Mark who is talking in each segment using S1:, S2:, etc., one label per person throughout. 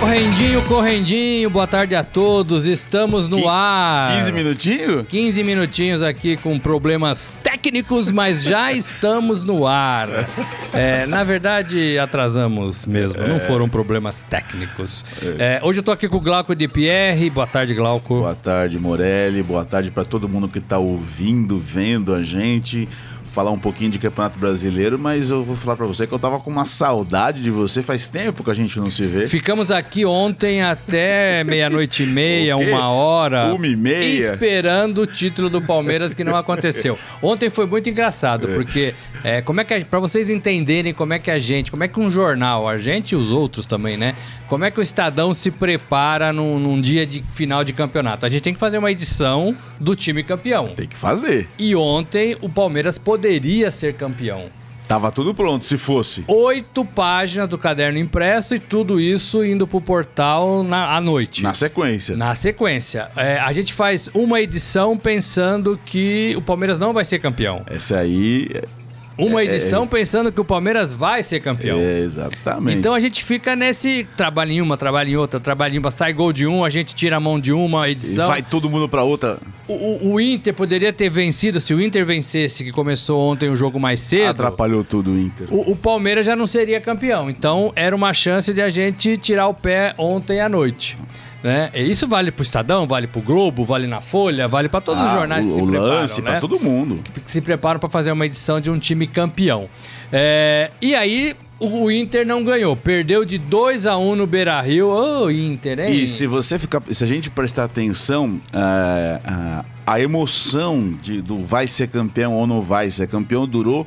S1: Correndinho, correndinho, boa tarde a todos. Estamos no ar.
S2: 15 minutinhos?
S1: 15 minutinhos aqui com problemas técnicos, mas já estamos no ar. É, na verdade, atrasamos mesmo, não foram problemas técnicos. É, hoje eu tô aqui com o Glauco de Pierre. Boa tarde, Glauco.
S2: Boa tarde, Morelli. Boa tarde para todo mundo que tá ouvindo, vendo a gente. Falar um pouquinho de Campeonato Brasileiro, mas eu vou falar para você que eu tava com uma saudade de você. Faz tempo que a gente não se vê.
S1: Ficamos aqui ontem até meia-noite e meia,
S2: O quê?
S1: uma hora.
S2: Uma e meia?
S1: Esperando o título do Palmeiras que não aconteceu. Ontem foi muito engraçado, porque é, como é que a- pra vocês entenderem como é que a gente, como é que um jornal, a gente e os outros também, né? Como é que o Estadão se prepara num, num dia de final de campeonato? A gente tem que fazer uma edição do time campeão.
S2: Tem que fazer.
S1: E ontem o Palmeiras poderia ser campeão.
S2: Tava tudo pronto, se fosse.
S1: Oito páginas do caderno impresso e tudo isso indo pro portal na, à noite.
S2: Na sequência.
S1: Na sequência, é, a gente faz uma edição pensando que o Palmeiras não vai ser campeão.
S2: Essa aí é-
S1: Uma edição pensando que o Palmeiras vai ser campeão.
S2: é exatamente.
S1: Então a gente fica nesse trabalho em uma, trabalho em outra, trabalho em uma, sai gol de um, a gente tira a mão de uma
S2: E
S1: edição.
S2: vai todo mundo para outra.
S1: O, o- o Inter poderia ter vencido, se o Inter vencesse, que começou ontem o jogo mais cedo.
S2: Atrapalhou tudo o Inter.
S1: O, o Palmeiras já não seria campeão. Então era uma chance de a gente tirar o pé ontem à noite. Né? E isso vale pro Estadão, vale pro Globo, vale na Folha, vale pra todos os
S2: Ah,
S1: jornais que
S2: o,
S1: se
S2: o
S1: preparam,
S2: lance
S1: né?
S2: pra todo mundo.
S1: que se preparam pra fazer uma edição de um time campeão. É, e aí o, o Inter não ganhou, perdeu de 2 a 1 no Beira-Rio. Ô, Inter, hein?
S2: E se você ficar, se a gente prestar atenção, é, a- a emoção de- do vai ser campeão ou não vai ser campeão durou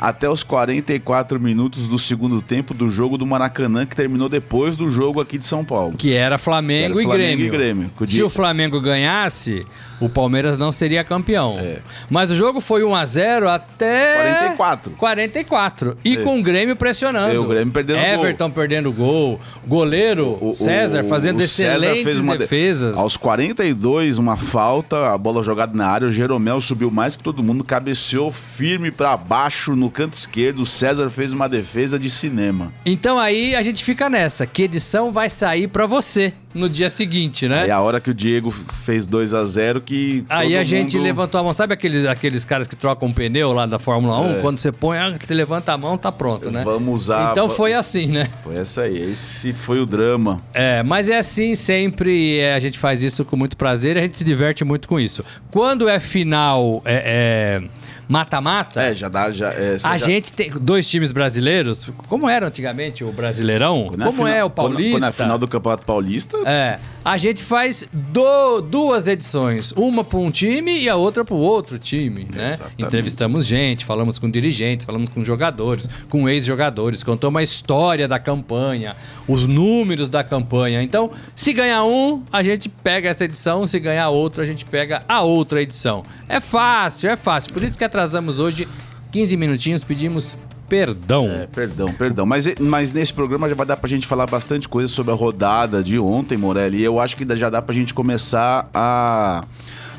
S2: até os 44 minutos do segundo tempo do jogo do Maracanã, que terminou depois do jogo aqui de São Paulo.
S1: Que era Flamengo,
S2: Que era
S1: e,
S2: Flamengo
S1: Grêmio.
S2: e Grêmio. Que o
S1: Se
S2: dia-
S1: o Flamengo ganhasse, o Palmeiras não seria campeão.
S2: É.
S1: Mas o jogo foi 1 a 0 até
S2: 44.
S1: 44. E com o Grêmio pressionando.
S2: É, o Grêmio perdendo gol.
S1: Everton perdendo gol, goleiro
S2: O- o-
S1: César fazendo
S2: o
S1: excelentes
S2: César fez uma de-
S1: defesas.
S2: Aos 42, uma falta, a bola jogada na área, o Jeromel subiu mais que todo mundo, cabeceou firme pra baixo no canto esquerdo, o César fez uma defesa de cinema.
S1: Então aí a gente fica nessa, que edição vai sair pra você no dia seguinte, né?
S2: É a hora que o Diego fez 2 a 0 que
S1: Aí
S2: todo
S1: a gente
S2: mundo-
S1: levantou a mão, sabe aqueles, aqueles caras que trocam um pneu lá da Fórmula 1? Quando você põe, ah, você levanta a mão, tá pronto, né?
S2: É. Vamos usar.
S1: Então
S2: va-
S1: foi assim, né?
S2: Foi essa aí. Esse foi o drama.
S1: É, mas é assim sempre, é, a gente faz isso com muito prazer e a gente se diverte muito com isso. Quando é final é, é, mata-mata,
S2: É, já dá. Já, é, você
S1: a
S2: já-
S1: gente tem dois times brasileiros, como era antigamente o Brasileirão,
S2: Quando na
S1: como
S2: né, final-
S1: é o
S2: quando-
S1: Paulista.
S2: Quando na final do Campeonato Paulista.
S1: É, a gente faz do- duas edições, uma para um time e a outra para o outro time, né?
S2: Exatamente.
S1: Entrevistamos gente, falamos com dirigentes, falamos com jogadores, com ex-jogadores, contamos a história da campanha, os números da campanha. Então, se ganhar um, a gente pega essa edição, se ganhar outro, a gente pega a outra edição. É fácil, é fácil. Por isso que atrasamos hoje 15 minutinhos, pedimos perdão.
S2: É, perdão, perdão. Mas, mas nesse programa já vai dar pra gente falar bastante coisa sobre a rodada de ontem, Morelli. E eu acho que já dá pra gente começar a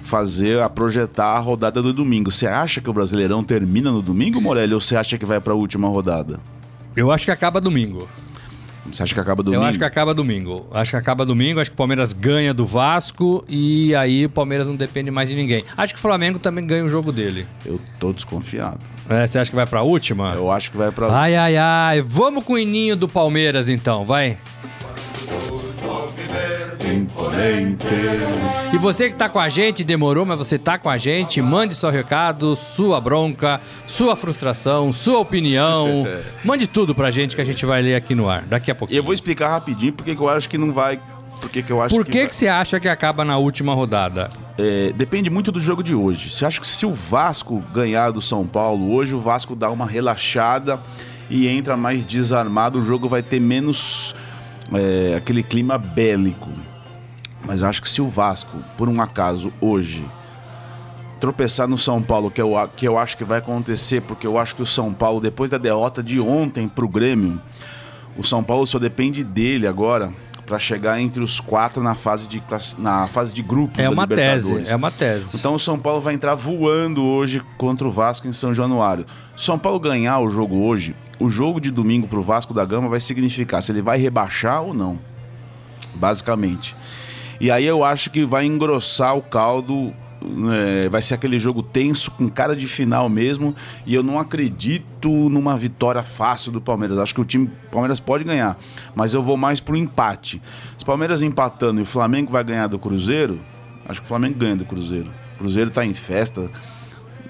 S2: fazer, a projetar a rodada do domingo. Você acha que o Brasileirão termina no domingo, Morelli? Ou você acha que vai pra última rodada?
S1: Eu acho que acaba domingo.
S2: Você acha que acaba domingo?
S1: Eu acho que acaba domingo. Acho que acaba domingo, acho que o Palmeiras ganha do Vasco e aí o Palmeiras não depende mais de ninguém. Acho que o Flamengo também ganha o jogo dele.
S2: Eu tô desconfiado.
S1: É, você acha que vai pra última?
S2: Eu acho que vai pra.
S1: Ai, ai, ai. Vamos com o ininho do Palmeiras então, vai. E você que tá com a gente, demorou, mas você tá com a gente, mande seu recado, sua bronca, sua frustração, sua opinião. mande tudo pra gente que a gente vai ler aqui no ar, daqui a
S2: E
S1: pouquinho.
S2: eu vou explicar rapidinho porque que eu acho que não vai. Porque que eu acho
S1: Por que,
S2: vai.
S1: que você acha que acaba na última rodada?
S2: É, depende muito do jogo de hoje. Você acha que se o Vasco ganhar do São Paulo hoje, o Vasco dá uma relaxada e entra mais desarmado, o jogo vai ter menos é, aquele clima bélico. Mas acho que se o Vasco, por um acaso, hoje tropeçar no São Paulo, que eu, a- que eu acho que vai acontecer, porque eu acho que o São Paulo, depois da derrota de ontem pro Grêmio, o São Paulo só depende dele agora para chegar entre os quatro na fase de, class- na fase de grupos
S1: É
S2: da
S1: uma tese,
S2: Libertadores.
S1: é uma tese.
S2: Então o São Paulo vai entrar voando hoje contra o Vasco em São Januário. Se o São Paulo ganhar o jogo hoje, o jogo de domingo pro Vasco da Gama vai significar se ele vai rebaixar ou não. Basicamente. E aí eu acho que vai engrossar o caldo. né, vai ser aquele jogo tenso, com cara de final mesmo. E eu não acredito numa vitória fácil do Palmeiras. Acho que o time o Palmeiras pode ganhar, mas eu vou mais pro empate. Se o Palmeiras empatando e o Flamengo vai ganhar do Cruzeiro, acho que o Flamengo ganha do Cruzeiro. O Cruzeiro tá em festa.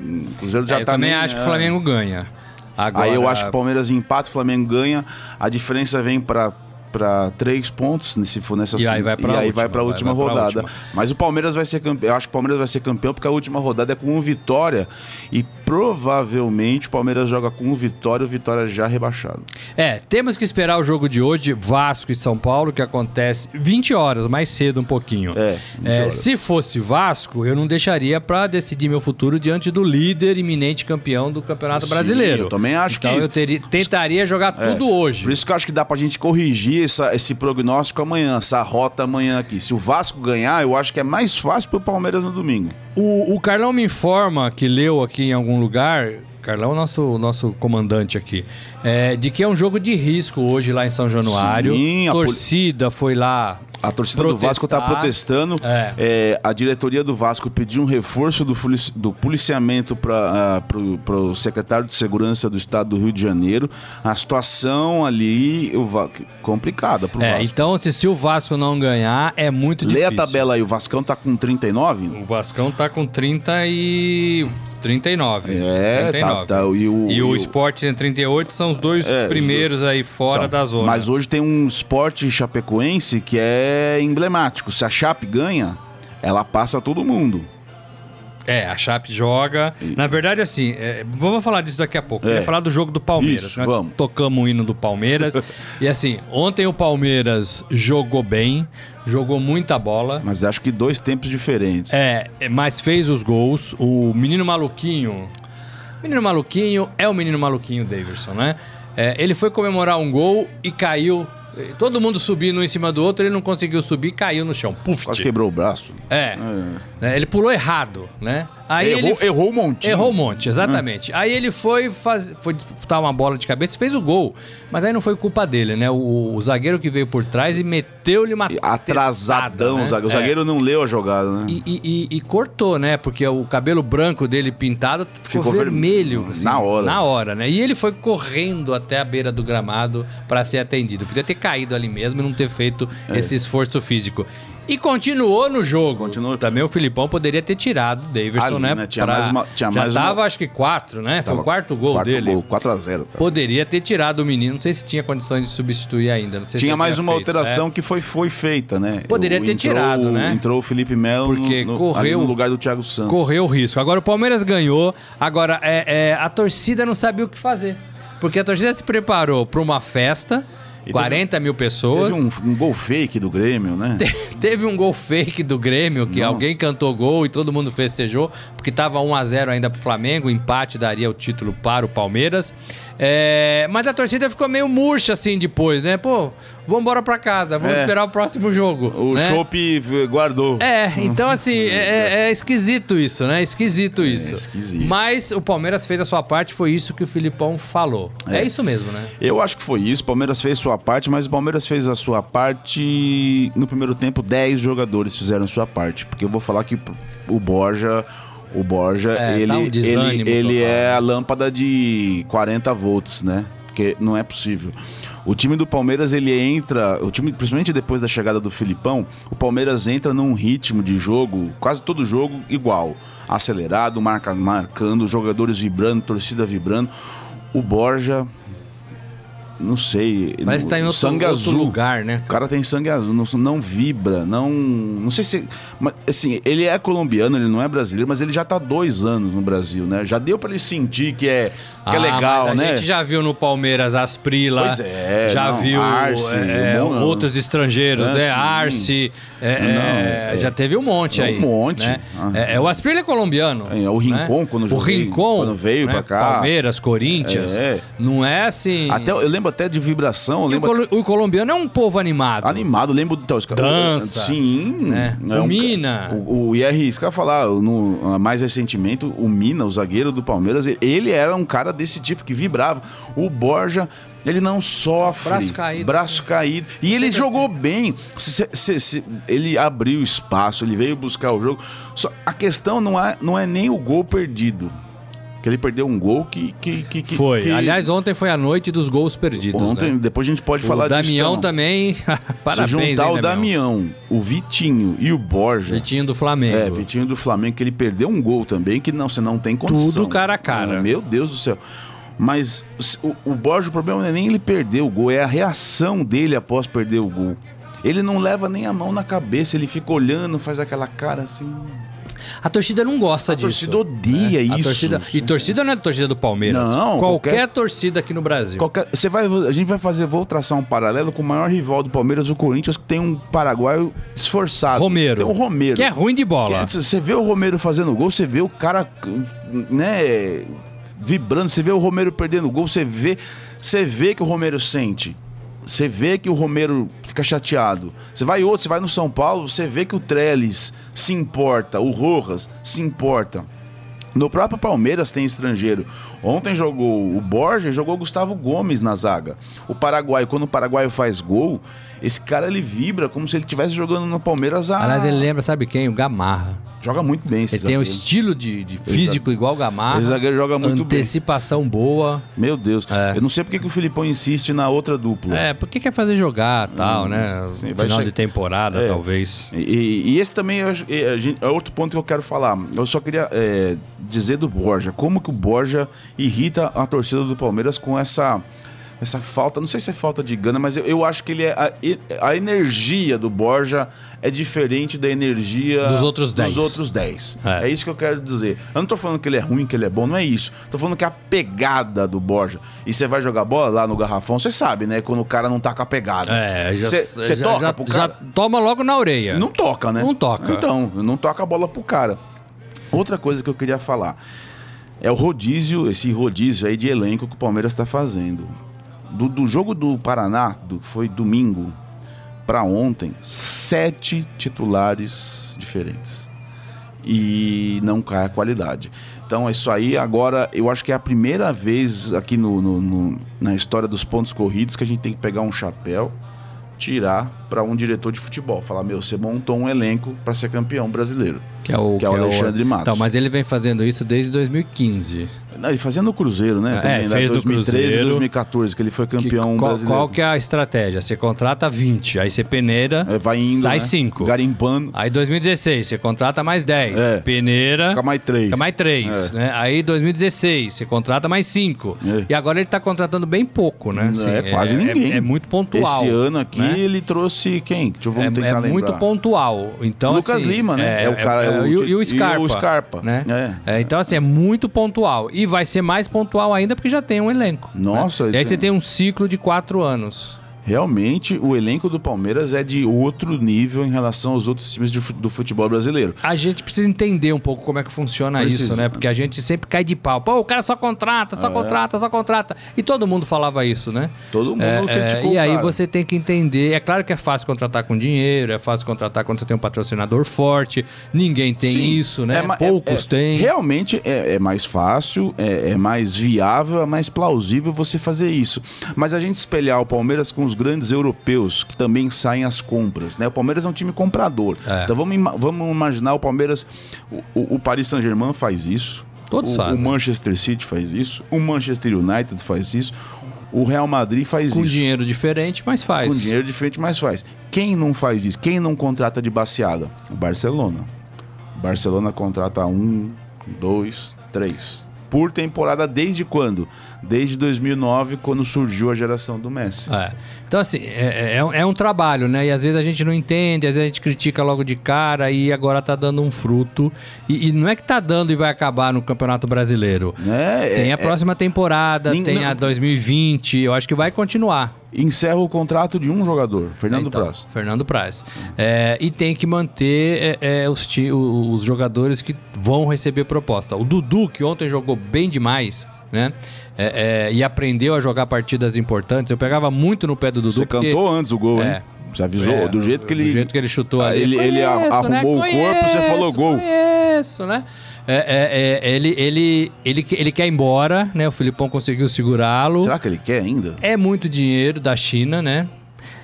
S2: Hum, O Cruzeiro já
S1: É, eu
S2: tá
S1: também
S2: nem-
S1: acho que o
S2: é.
S1: Flamengo ganha. Agora,
S2: Aí eu acho que o Palmeiras empata, o Flamengo ganha. A diferença vem para para três pontos, né, se for nessa
S1: E aí vai pra
S2: e aí
S1: última,
S2: vai pra
S1: vai-
S2: última
S1: vai pra
S2: rodada.
S1: última.
S2: Mas o Palmeiras vai ser campeão. Eu acho que o Palmeiras vai ser campeão porque a última rodada é com um vitória. E provavelmente o Palmeiras joga com um vitória, o vitória já rebaixado.
S1: É, temos que esperar o jogo de hoje, Vasco e São Paulo, que acontece 20 horas, mais cedo um pouquinho.
S2: É, 20
S1: É,
S2: horas.
S1: se fosse Vasco, eu não deixaria pra decidir meu futuro diante do líder iminente campeão do Campeonato
S2: Sim,
S1: Brasileiro.
S2: eu também acho que
S1: então
S2: isso- É.
S1: eu teria, tentaria jogar tudo hoje.
S2: Por isso que eu acho que dá pra gente corrigir essa- esse prognóstico amanhã, essa rota amanhã aqui. Se o Vasco ganhar, eu acho que é mais fácil pro Palmeiras no domingo.
S1: O, o Carlão me informa que leu aqui em algum lugar. Carlão, nosso nosso comandante aqui, é, de que é um jogo de risco hoje lá em São Januário.
S2: Sim, a poli-
S1: torcida foi lá.
S2: A torcida do
S1: Protestar.
S2: Vasco está protestando.
S1: É.
S2: É, a diretoria do Vasco pediu um reforço do, polici- do policiamento para o secretário de Segurança do Estado do Rio de Janeiro. A situação ali o Va- complicada para o
S1: É,
S2: Vasco.
S1: então, se, se o Vasco não ganhar, é muito
S2: Lê
S1: difícil.
S2: a tabela aí. O Vascão tá com 39?
S1: O Vascão tá com 30 e. 39.
S2: É, tá, tá. E o,
S1: E
S2: e
S1: o
S2: o-
S1: Sport 138 são os dois
S2: É, os
S1: primeiros aí fora
S2: Então,
S1: da zona.
S2: Mas hoje tem um esporte chapecoense que é emblemático. Se a Chape ganha, ela passa todo mundo.
S1: É, a Chape joga. Na verdade, assim, é, vamos falar disso daqui a pouco. Eu
S2: É.
S1: ia falar do jogo do Palmeiras.
S2: Isso,
S1: Nós
S2: vamos.
S1: Tocamos o hino do Palmeiras. e assim, ontem o Palmeiras jogou bem, jogou muita bola.
S2: Mas acho que dois tempos diferentes.
S1: É, é, mas fez os gols. O menino maluquinho. Menino maluquinho é o menino maluquinho Davidson, né? É, ele foi comemorar um gol e caiu. Eh, Todo mundo subindo um em cima do outro, ele não conseguiu subir, caiu no chão. Puf!
S2: Quase quebrou o braço.
S1: É. É, Ele pulou errado, né? Aí
S2: errou,
S1: ele
S2: errou um montinho.
S1: Errou um monte, exatamente. Aí ele foi, faz- foi disputar uma bola de cabeça e fez o gol. Mas aí não foi culpa dele, né? O, o zagueiro que veio por trás e meteu-lhe uma
S2: Atrasadão,
S1: testada, né?
S2: o zagueiro. O
S1: É.
S2: zagueiro não leu a jogada, né?
S1: E, e- e- e cortou, né? Porque o cabelo branco dele pintado ficou,
S2: Ficou
S1: vermelho. assim,
S2: vermelho, né? na hora.
S1: Na hora, né? E ele foi correndo até a beira do gramado pra ser atendido. Podia ter caído ali mesmo e não ter feito
S2: É.
S1: esse esforço físico. E continuou no jogo.
S2: Continuou.
S1: Também o Filipão poderia ter tirado o Davidson,
S2: Ali,
S1: né?
S2: né? Tinha mais uma-
S1: Já
S2: tinha mais uma-
S1: tava, acho que quatro, né? Foi o
S2: Tava-
S1: quarto gol dele.
S2: Gol, 4x0. cara.
S1: Poderia ter tirado o menino. Não sei se tinha condições de substituir ainda. Não sei se
S2: Tinha
S1: já
S2: mais uma
S1: feito, né?
S2: alteração que foi, foi feita, né?
S1: Poderia ter tirado, né?
S2: Entrou o Felipe Melo
S1: Porque
S2: no, no,
S1: correu-
S2: ali no lugar do Thiago Santos.
S1: correu o risco. Agora o Palmeiras ganhou, agora é, é, a torcida não sabia o que fazer. Porque a torcida se preparou para uma festa,
S2: teve-
S1: 40 mil pessoas.
S2: Teve um, um gol fake do Grêmio, né?
S1: Teve um gol fake do Grêmio, que
S2: Nossa.
S1: alguém cantou gol e todo mundo festejou, porque tava 1 a 0 ainda pro Flamengo, o empate daria o título para o Palmeiras. É, mas a torcida ficou meio murcha assim depois, né? Pô, vamos embora pra casa, vamos
S2: É.
S1: esperar o próximo jogo.
S2: O
S1: né?
S2: Chopp guardou.
S1: É, então assim, é, é- é esquisito isso, né? Esquisito isso.
S2: É, esquisito.
S1: Mas o Palmeiras fez a sua parte, foi isso que o Filipão falou. É, isso mesmo, né?
S2: Eu acho que foi isso. O Palmeiras fez sua parte, mas o Palmeiras fez a sua parte. No primeiro tempo, 10 jogadores fizeram sua parte. Porque eu vou falar que o Borja. O Borja,
S1: É, tá
S2: ele,
S1: um desânimo
S2: ele, ele
S1: total,
S2: é a lâmpada de 40 volts, né? Porque não é possível. O time do Palmeiras, ele entra. O time, principalmente depois da chegada do Filipão, o Palmeiras entra num ritmo de jogo, quase todo jogo, igual. Acelerado, marca, marcando, jogadores vibrando, torcida vibrando. O Borja, não sei.
S1: Parece que tá em outro,
S2: sangue
S1: outro
S2: azul.
S1: lugar, né?
S2: O cara tem sangue azul, não, não vibra, não. Não sei se. Mas, assim, ele é colombiano, ele não é brasileiro, mas ele já tá dois anos no Brasil, né? Já deu pra ele sentir que é, que
S1: Ah,
S2: é legal,
S1: mas a
S2: né?
S1: gente já viu no Palmeiras Asprila,
S2: Pois é,
S1: já
S2: não,
S1: viu
S2: Arce,
S1: é,
S2: bom, não.
S1: outros estrangeiros,
S2: É,
S1: né?
S2: sim.
S1: Arce, É, é, já teve um monte
S2: Um
S1: aí.
S2: monte.
S1: né?
S2: Ah.
S1: É, é, o Asprilha é colombiano.
S2: É, o Rincon,
S1: né?
S2: quando
S1: O
S2: joguei-
S1: Rincon.
S2: quando veio
S1: né?
S2: pra cá.
S1: Palmeiras, Corinthians.
S2: É.
S1: Não é assim.
S2: Até, eu lembro até de vibração, eu
S1: E o,
S2: lembro.
S1: colo- o colombiano é um povo animado.
S2: Animado, lembro então, do Taos
S1: Dança,
S2: Sim.
S1: né? O
S2: um-
S1: Mina.
S2: O, o IR, isso que eu ia falar, no, ah, mais recentemente, o Mina, o zagueiro do Palmeiras, ele- ele era um cara desse tipo que vibrava. O Borja, ele não sofre.
S1: Braço caído.
S2: Braço caído. E ele jogou bem. Se- se- se- ele abriu espaço, ele veio buscar o jogo. Só, a questão não é, não é nem o gol perdido. Que ele perdeu um gol que. que, que, que-
S1: Foi.
S2: que-
S1: Aliás, ontem foi a noite dos gols perdidos.
S2: Ontem,
S1: né?
S2: depois a gente pode
S1: O
S2: falar disso.
S1: Damião
S2: também.
S1: também. Parabéns,
S2: Se juntar
S1: hein, né,
S2: o Damião, o Vitinho e o Borja.
S1: Vitinho do
S2: É,
S1: Flamengo.
S2: Vitinho do Flamengo, que ele perdeu um gol também, que não, você não tem condição. Ah,
S1: Tudo cara a cara.
S2: Meu Deus do céu. Mas o, o Borja, o problema não é nem ele perder o gol, é a reação dele após perder o gol. Ele não leva nem a mão na cabeça, ele fica olhando, faz aquela cara assim.
S1: A torcida não gosta
S2: A
S1: disso. né?
S2: torcida odeia
S1: A
S2: isso.
S1: torcida- E torcida não é torcida do Palmeiras.
S2: Não,
S1: qualquer,
S2: qualquer-
S1: torcida aqui no Brasil.
S2: Qualquer- você vai, a gente vai fazer, vou traçar um paralelo com o maior rival do Palmeiras, o Corinthians, que tem um paraguaio esforçado.
S1: Romero.
S2: Tem o Romero.
S1: Que é ruim de bola.
S2: Que- Você vê o Romero fazendo gol, você vê o cara, né, vibrando, você vê o Romero perdendo gol, você vê, você vê que o Romero sente. Você vê que o Romero fica chateado. Você vai outro, você vai no São Paulo, você vê que o Trellis se importa, o Rojas se importa. No próprio Palmeiras tem estrangeiro. Ontem jogou o Borja e jogou o Gustavo Gomes na zaga. O Paraguai, quando o Paraguai faz gol, esse cara ele vibra como se ele estivesse jogando no Palmeiras há
S1: Aliás, ele lembra, sabe quem? O Gamarra.
S2: Joga muito bem esse
S1: Ele tem um
S2: zagueiro.
S1: estilo de, de físico igual o Gamarra.
S2: Esse zagueiro joga muito bem.
S1: antecipação boa.
S2: Meu Deus.
S1: É.
S2: Eu não sei porque que o Filipão insiste na outra dupla.
S1: É, porque quer fazer jogar tal, né?
S2: Hum, sim, vai
S1: Final
S2: che-
S1: de temporada,
S2: É.
S1: talvez.
S2: E, e esse também eu acho- é, a gente- é outro ponto que eu quero falar. Eu só queria é, dizer do Borja. Como que o Borja irrita a torcida do Palmeiras com essa, essa falta. Não sei se é falta de gana, mas eu, eu acho que ele é. A, e- a energia do Borja é diferente da energia
S1: Dos outros dez.
S2: Dos outros 10.
S1: É.
S2: É. isso que eu quero dizer. Eu não tô falando que ele é ruim, que ele é bom, não é isso. Tô falando que a pegada do Borja. E você vai jogar bola lá no garrafão, você sabe, né? Quando o cara não tá com a pegada.
S1: É, já,
S2: Você
S1: já-
S2: você
S1: já-
S2: toca
S1: já-
S2: pro
S1: já
S2: cara.
S1: toma logo na orelha.
S2: Não toca, né?
S1: Não toca.
S2: Então, não toca a bola pro cara. Outra coisa que eu queria falar é o rodízio, esse rodízio aí de elenco que o Palmeiras tá fazendo. Do, do jogo do Paraná, do, que foi domingo pra ontem, sete titulares diferentes. E não cai a qualidade. Então é isso aí. Agora, eu acho que é a primeira vez aqui no- no- no, na história dos pontos corridos que a gente tem que pegar um chapéu tirar para um diretor de futebol. Falar, meu, você montou um elenco para ser campeão brasileiro.
S1: Que é o,
S2: Que é o Alexandre Matos.
S1: Então, mas ele vem fazendo isso desde 2015.
S2: Não, e fazendo o Cruzeiro, né?
S1: É,
S2: Também, né?
S1: fez do
S2: 2013
S1: Cruzeiro.
S2: 2014, que ele foi
S1: Que-
S2: campeão
S1: qual,
S2: Um brasileiro.
S1: qual que é a estratégia? Você contrata 20, aí você peneira,
S2: É, vai indo,
S1: sai
S2: né?
S1: 5.
S2: Garimpando,
S1: Aí 2016, você contrata mais 10,
S2: É.
S1: peneira,
S2: fica mais três.
S1: fica mais 3.
S2: É.
S1: Né? Aí 2016, você contrata mais 5.
S2: É.
S1: E agora ele tá contratando bem pouco, né?
S2: É, quase ninguém.
S1: É, muito pontual.
S2: Esse ano aqui
S1: né?
S2: ele trouxe quem? Deixa eu
S1: É,
S2: vamos tentar
S1: é
S2: lembrar.
S1: muito pontual. Então,
S2: Lucas
S1: assim,
S2: Lima, né? É, o cara. é o
S1: e, o-
S2: ti-
S1: e o Scarpa.
S2: E o Scarpa.
S1: né?
S2: É.
S1: É, então, assim, é muito pontual. E vai ser mais pontual ainda porque já tem um elenco.
S2: Nossa, é-
S1: né? E aí
S2: esse-
S1: você tem um ciclo de quatro anos.
S2: Realmente, o elenco do Palmeiras é de outro nível em relação aos outros times de fu- do futebol brasileiro.
S1: A gente precisa entender um pouco como é que funciona
S2: Precisa. É.
S1: isso, né? Porque a gente sempre cai de pau. Pô, o cara só contrata, só contrata, só contrata. E todo mundo falava isso, né?
S2: Todo mundo
S1: É, é,
S2: criticou
S1: e
S2: o
S1: aí
S2: cara.
S1: você tem que entender. É claro que é fácil contratar com dinheiro, é fácil contratar quando você tem um patrocinador forte. Ninguém tem
S2: Sim.
S1: isso, né?
S2: É ma- é-
S1: Poucos
S2: é-
S1: têm.
S2: Realmente é, é mais fácil, é, é mais viável, é mais plausível você fazer isso. Mas a gente espelhar o Palmeiras com os grandes europeus que também saem às compras, né? O Palmeiras é um time comprador.
S1: É.
S2: Então vamos, ima- vamos imaginar o Palmeiras. O, o- o Paris Saint-Germain faz isso.
S1: Todos
S2: o,
S1: fazem.
S2: O Manchester City faz isso. O Manchester United faz isso. O Real Madrid faz
S1: Com
S2: isso.
S1: dinheiro diferente, mas faz.
S2: Com dinheiro diferente, mas faz. Quem não faz isso? Quem não contrata de baseada? O Barcelona. O Barcelona contrata um, dois, três. Por temporada, desde quando? Desde 2009, quando surgiu a geração do Messi.
S1: É. Então, assim, é, é- é um- é um trabalho, né? E às vezes a gente não entende, às vezes a gente critica logo de cara e agora tá dando um fruto. E, e não é que tá dando e vai acabar no Campeonato Brasileiro.
S2: Né?
S1: Tem
S2: É-
S1: a próxima temporada,
S2: Nin-
S1: tem
S2: não.
S1: a 2020, eu acho que vai continuar.
S2: encerra o contrato de um jogador, Fernando
S1: Então,
S2: Praz.
S1: Fernando Praz. É, e tem que manter é, é, os, ti- o- os jogadores que vão receber proposta. O Dudu, que ontem jogou bem demais, né? É, é, e aprendeu a jogar partidas importantes. Eu pegava muito no pé do Dudu.
S2: Você
S1: porque-
S2: cantou antes o gol,
S1: É.
S2: hein? Você avisou,
S1: É,
S2: do jeito que ele. Ah,
S1: Do jeito que ele chutou ali.
S2: Ele- ele a- arrumou o corpo, você falou gol.
S1: Isso, né? É, é, é, ele, ele, ele, que- ele quer ir embora, né? O Filipão conseguiu segurá-lo.
S2: Será que ele quer ainda?
S1: É muito dinheiro da China, né?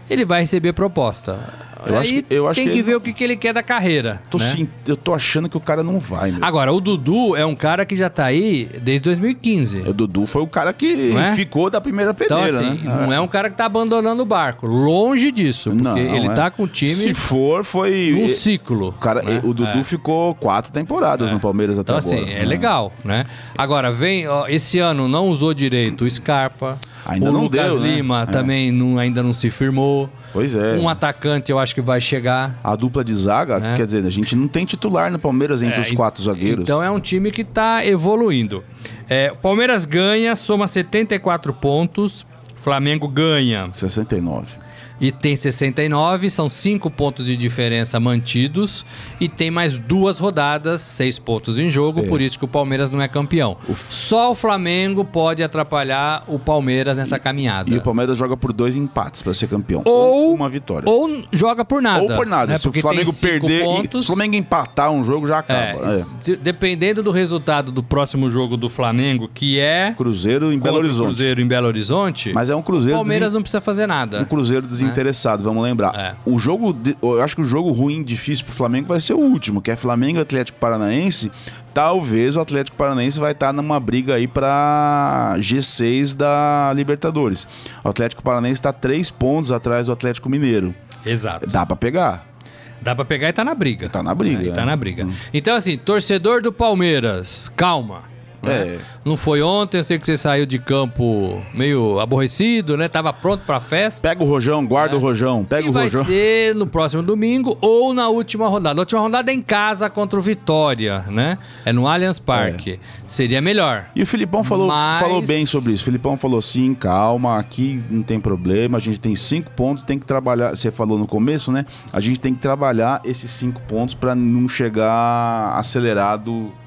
S1: Ele vai receber proposta.
S2: Eu acho
S1: Aí
S2: que- eu acho
S1: tem
S2: que
S1: que,
S2: ele-
S1: ver o que, que ele quer da carreira.
S2: Tô
S1: né?
S2: sim- eu tô achando que o cara não vai, meu.
S1: Agora, o Dudu é um cara que já tá aí desde 2015.
S2: O Dudu foi o cara que
S1: Não é?
S2: ficou da primeira
S1: Então,
S2: peneira,
S1: assim,
S2: né?
S1: não é um cara que tá abandonando o barco. Longe disso. Porque
S2: Não,
S1: ele
S2: é.
S1: tá com o time
S2: Se for, foi.
S1: num
S2: e-
S1: ciclo.
S2: O, cara,
S1: né?
S2: e- o Dudu ficou quatro temporadas no Palmeiras até
S1: Então,
S2: agora.
S1: assim, é
S2: né?
S1: legal, né? Agora, vem, ó, esse ano não usou direito o Scarpa.
S2: Ainda
S1: o
S2: não
S1: Lucas
S2: deu, né?
S1: Lima
S2: É.
S1: também não- ainda não se firmou.
S2: Pois é.
S1: Um atacante eu acho que vai chegar.
S2: A dupla de zaga,
S1: Né?
S2: quer dizer, a gente não tem titular no Palmeiras entre
S1: É,
S2: os
S1: en-
S2: quatro zagueiros.
S1: Então é um time que tá evoluindo. É, o Palmeiras ganha, soma 74 pontos. Flamengo ganha
S2: 69.
S1: e tem 69, são 5 pontos de diferença mantidos e tem mais duas rodadas, 6 pontos em jogo, por isso que o Palmeiras não é campeão. Só o Flamengo pode atrapalhar o Palmeiras nessa caminhada.
S2: E o Palmeiras joga por dois empates pra ser campeão.
S1: É. Ou-
S2: uma vitória.
S1: Ou n- joga por nada.
S2: Ou por nada.
S1: né?
S2: Se o
S1: Porque
S2: Flamengo
S1: tem cinco
S2: perder, e, se
S1: pontos,
S2: o Flamengo empatar um jogo, já
S1: é,
S2: acaba. É.
S1: se- dependendo do resultado do próximo jogo do Flamengo, que é
S2: Cruzeiro em Belo
S1: contra o
S2: Horizonte.
S1: Cruzeiro em Belo Horizonte,
S2: Mas é um Cruzeiro
S1: Palmeiras não precisa fazer nada.
S2: Um Cruzeiro desinteressado, vamos lembrar.
S1: Né? É.
S2: O jogo, de- eu acho que o jogo ruim, difícil pro Flamengo vai ser o último, que é Flamengo e Atlético Paranaense. Talvez o Atlético Paranaense vai estar numa briga aí pra G6 da Libertadores. O Atlético Paranaense tá três pontos atrás do Atlético Mineiro.
S1: Exato.
S2: Dá pra pegar.
S1: Dá pra pegar e tá na briga.
S2: Tá na briga,
S1: É, e tá
S2: é.
S1: na briga. Então, assim, torcedor do Palmeiras, calma. né?
S2: É.
S1: Não foi ontem, eu sei que você saiu de campo meio aborrecido, né? Tava pronto pra festa.
S2: Pega o Rojão, guarda o Rojão, pega
S1: É. e
S2: o
S1: vai
S2: Rojão.
S1: ser no próximo domingo ou na última rodada. A última rodada é em casa contra o Vitória, né? É no Allianz
S2: É.
S1: Parque. Seria melhor.
S2: E o Filipão falou,
S1: Mas-
S2: falou bem sobre isso. O Filipão falou assim, calma, aqui não tem problema, a gente tem cinco pontos, tem que trabalhar. Você falou no começo, né? A gente tem que trabalhar esses cinco pontos pra não chegar acelerado em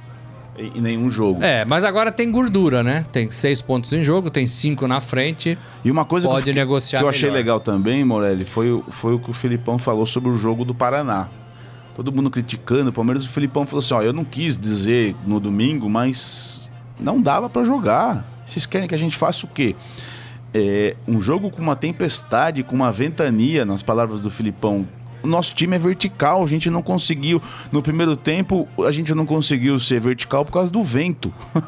S2: em nenhum jogo.
S1: É, mas agora tem gordura, né? Tem seis pontos em jogo, tem cinco na frente.
S2: E uma coisa
S1: Pode
S2: que eu, fiquei-
S1: negociar
S2: que eu achei
S1: melhor.
S2: legal também, Morelli, foi, o- foi o que o Filipão falou sobre o jogo do Paraná. Todo mundo criticando, o Palmeiras, o Filipão falou assim: ó, eu não quis dizer no domingo, mas não dava pra jogar. Vocês querem que a gente faça o quê? É, um jogo com uma tempestade, com uma ventania, nas palavras do Filipão. O nosso time é vertical, a gente não conseguiu. No primeiro tempo, a gente não conseguiu ser vertical por causa do vento.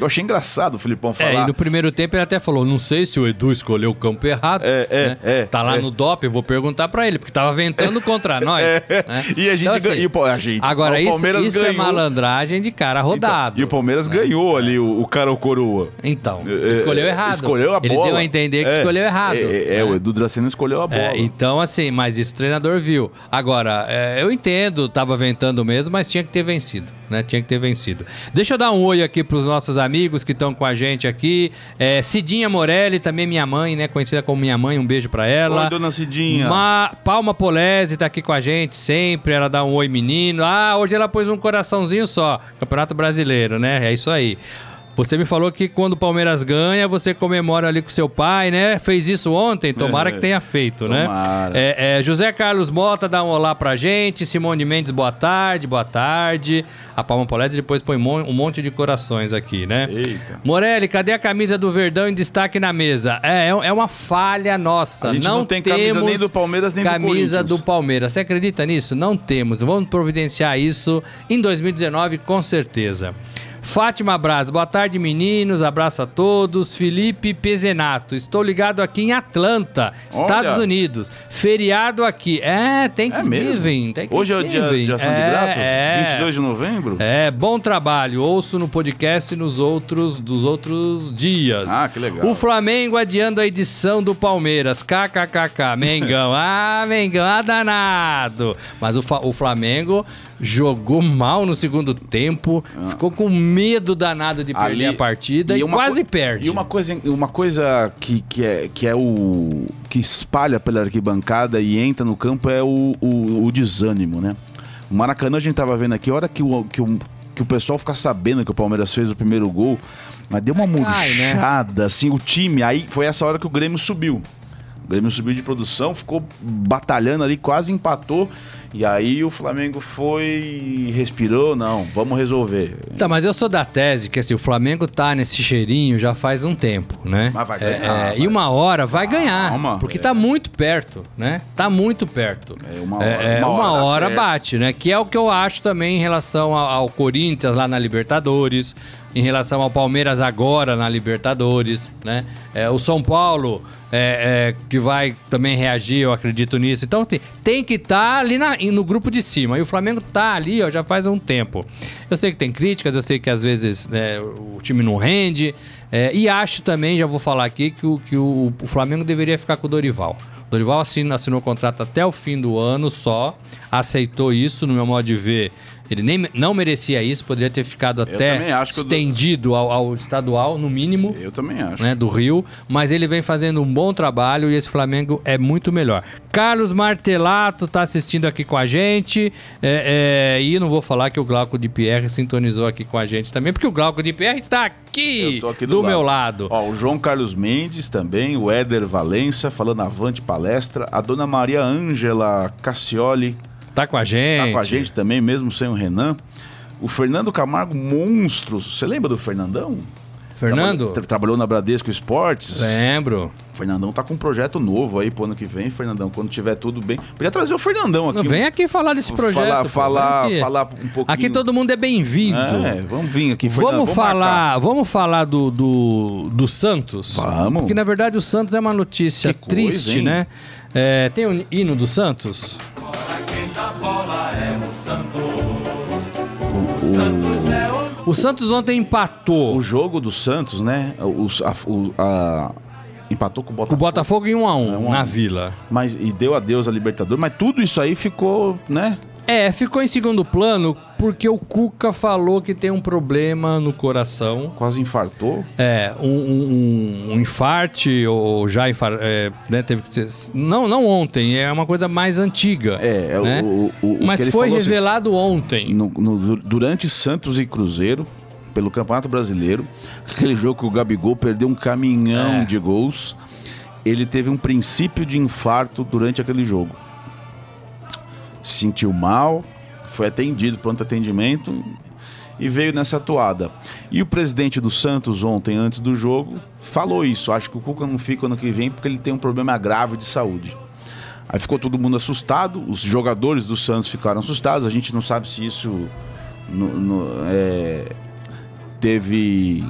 S2: eu achei engraçado o Filipão falar.
S1: É, e no primeiro tempo ele até falou: não sei se o Edu escolheu o campo errado.
S2: É, é,
S1: né?
S2: é,
S1: tá lá
S2: é.
S1: no DOP, eu vou perguntar pra ele, porque tava ventando contra nós. né?
S2: É. E a gente
S1: Então,
S2: ganhou.
S1: assim,
S2: e, pô, a gente.
S1: Agora,
S2: o
S1: isso,
S2: Palmeiras
S1: isso é
S2: ganhou.
S1: malandragem de cara
S2: Então,
S1: rodado.
S2: e o Palmeiras ganhou ali o, o cara o coroa.
S1: Então,
S2: É,
S1: Né? É. escolheu errado.
S2: Escolheu a bola.
S1: Ele deu a entender que
S2: É,
S1: escolheu errado.
S2: É, é, é,
S1: né?
S2: o Edu Dracena escolheu a bola.
S1: É, então, assim, mas isso o treinador viu. Agora, é, eu entendo, tava ventando mesmo, mas tinha que ter vencido, né? Tinha que ter vencido. Deixa eu dar um oi aqui pros nossos amigos que estão com a gente aqui. É, Cidinha Morelli, também minha mãe, né? Conhecida como minha mãe, um beijo pra ela.
S2: Oi, dona Cidinha.
S1: Ma- Ah, Palma Polese tá aqui com a gente sempre, ela dá um oi menino. Ah, hoje ela pôs um coraçãozinho só. Campeonato Brasileiro, né? É isso aí. Você me falou que quando o Palmeiras ganha, você comemora ali com seu pai, né? Fez isso ontem, tomara
S2: É.
S1: que tenha feito, né?
S2: Tomara.
S1: É, é, José Carlos Mota dá um olá pra gente. Simone Mendes, boa tarde, boa tarde. A Palma Polese depois põe mon- um monte de corações aqui, né?
S2: Eita.
S1: Morelli, cadê a camisa do Verdão em destaque na mesa? É, é, é uma falha nossa.
S2: A gente não tem camisa
S1: temos
S2: nem do Palmeiras, nem do
S1: camisa
S2: Corinthians.
S1: do Palmeiras. Você acredita nisso? Não temos. Vamos providenciar isso em 2019, com certeza. Fátima Braz, boa tarde, meninos. Abraço a todos. Felipe Pezenato, estou ligado aqui em Atlanta, Estados
S2: Olha.
S1: Unidos. Feriado aqui. É, Thanksgiving. Thanksgiving.
S2: Hoje é o dia de ação de
S1: É,
S2: graças?
S1: é.
S2: 22 de novembro?
S1: É, bom trabalho. Ouço no podcast e nos outros dos outros dias.
S2: Ah, que legal.
S1: O Flamengo adiando a edição do Palmeiras. KKKK. Mengão. ah, Mengão, ah, danado. Mas o, Fa- o Flamengo jogou mal no segundo tempo. Ficou com medo danado de perder
S2: Ah. Ali-
S1: a partida e,
S2: uma
S1: quase
S2: co-
S1: perde.
S2: E uma coisa, uma coisa que, que, é, que é o. que espalha pela arquibancada e entra no campo é o, o, o desânimo, né? O Maracanã a gente tava vendo aqui, a hora que o, que o, que o pessoal fica sabendo que o Palmeiras fez o primeiro gol, mas deu uma
S1: Cai, né?
S2: murchada, assim, o time. Aí foi essa hora que o Grêmio subiu. O Grêmio subiu de produção, ficou batalhando ali, quase empatou. E aí o Flamengo foi. respirou, não, vamos resolver.
S1: Tá, mas eu sou da tese que assim, o Flamengo tá nesse cheirinho já faz um tempo, né?
S2: Mas vai
S1: É,
S2: ganhar,
S1: é,
S2: vai. Ah,
S1: E uma hora vai ganhar.
S2: Calma.
S1: Porque tá muito perto, né? Tá muito perto.
S2: É, uma hora-
S1: É, é,
S2: uma
S1: uma
S2: hora
S1: hora,
S2: dá certo.
S1: bate, né? Que é o que eu acho também em relação ao, ao Corinthians lá na Libertadores, em relação ao Palmeiras agora na Libertadores, né? É, o São Paulo é, é, que vai também reagir, eu acredito nisso. Então tem, tem que estar ali na- no grupo de cima. E o Flamengo tá ali, ó, já faz um tempo. Eu sei que tem críticas, eu sei que às vezes né, o time não rende. é, e acho também, já vou falar aqui, que o, que o- o Flamengo deveria ficar com o Dorival. Dorival assina, assinou o contrato até o fim do ano só, aceitou isso, no meu modo de ver. Ele nem, não merecia isso, poderia ter ficado
S2: também
S1: até
S2: acho que o Do-
S1: estendido ao, ao estadual, no mínimo,
S2: Eu também acho.
S1: né, do Rio. Mas ele vem fazendo um bom trabalho e esse Flamengo é muito melhor. Carlos Martelato tá assistindo aqui com a gente. é, é, e não vou falar que o Glauco de Pierre sintonizou aqui com a gente também, porque o Glauco de Pierre está aqui,
S2: Eu tô aqui do
S1: do, meu lado.
S2: Ó, o João Carlos Mendes também, o Éder Valença, falando avante palestra. A dona Maria Ângela Cassioli
S1: Tá com a gente.
S2: tá com a gente também, mesmo sem o Renan. O Fernando Camargo Monstros. Você lembra do Fernandão?
S1: Fernando? É.
S2: Trabalhou, tra- trabalhou na Bradesco Esportes.
S1: Lembro.
S2: O Fernandão tá com um projeto novo aí pro ano que vem, Fernandão. Quando tiver tudo bem. Podia trazer o Fernandão aqui.
S1: Não, vem aqui falar desse projeto.
S2: um Falar,
S1: pô.
S2: falar,
S1: Vem aqui.
S2: falar um pouquinho.
S1: Aqui todo mundo é bem-vindo.
S2: É, vamos vir aqui, Fernando.
S1: Vamos
S2: marcar.
S1: falar, vamos falar do, do, do Santos?
S2: Vamos.
S1: Porque na verdade o Santos é uma notícia
S2: Que coisa,
S1: triste,
S2: hein?
S1: né? É, tem o hino do Santos? O Santos ontem empatou
S2: O jogo do Santos, né? Os, a, o- a- empatou com o
S1: com o
S2: Botafogo.
S1: Botafogo em 1 a 1
S2: É, um a
S1: na
S2: um.
S1: Vila.
S2: Mas, e deu adeus a Libertadores, mas tudo isso aí ficou, né?
S1: É, ficou em segundo plano porque o Cuca falou que tem um problema no coração.
S2: Quase infartou.
S1: É, um, um, um- um infarte ou já infar, é, né, teve que ser. Não, não ontem, é uma coisa mais antiga.
S2: É, é o-
S1: né?
S2: o, o, o
S1: Mas
S2: que ele
S1: foi
S2: falou assim,
S1: revelado ontem.
S2: no- no- durante Santos e Cruzeiro, pelo Campeonato Brasileiro, aquele jogo que o Gabigol perdeu um caminhão
S1: É.
S2: de gols, ele teve um princípio de infarto durante aquele jogo. Se sentiu mal, foi atendido, pronto atendimento e veio nessa atuada. E o presidente do Santos ontem, antes do jogo, falou isso. Acho que o Cuca não fica ano que vem porque ele tem um problema grave de saúde. Aí ficou todo mundo assustado, os jogadores do Santos ficaram assustados. A gente não sabe se isso no- no- é, teve.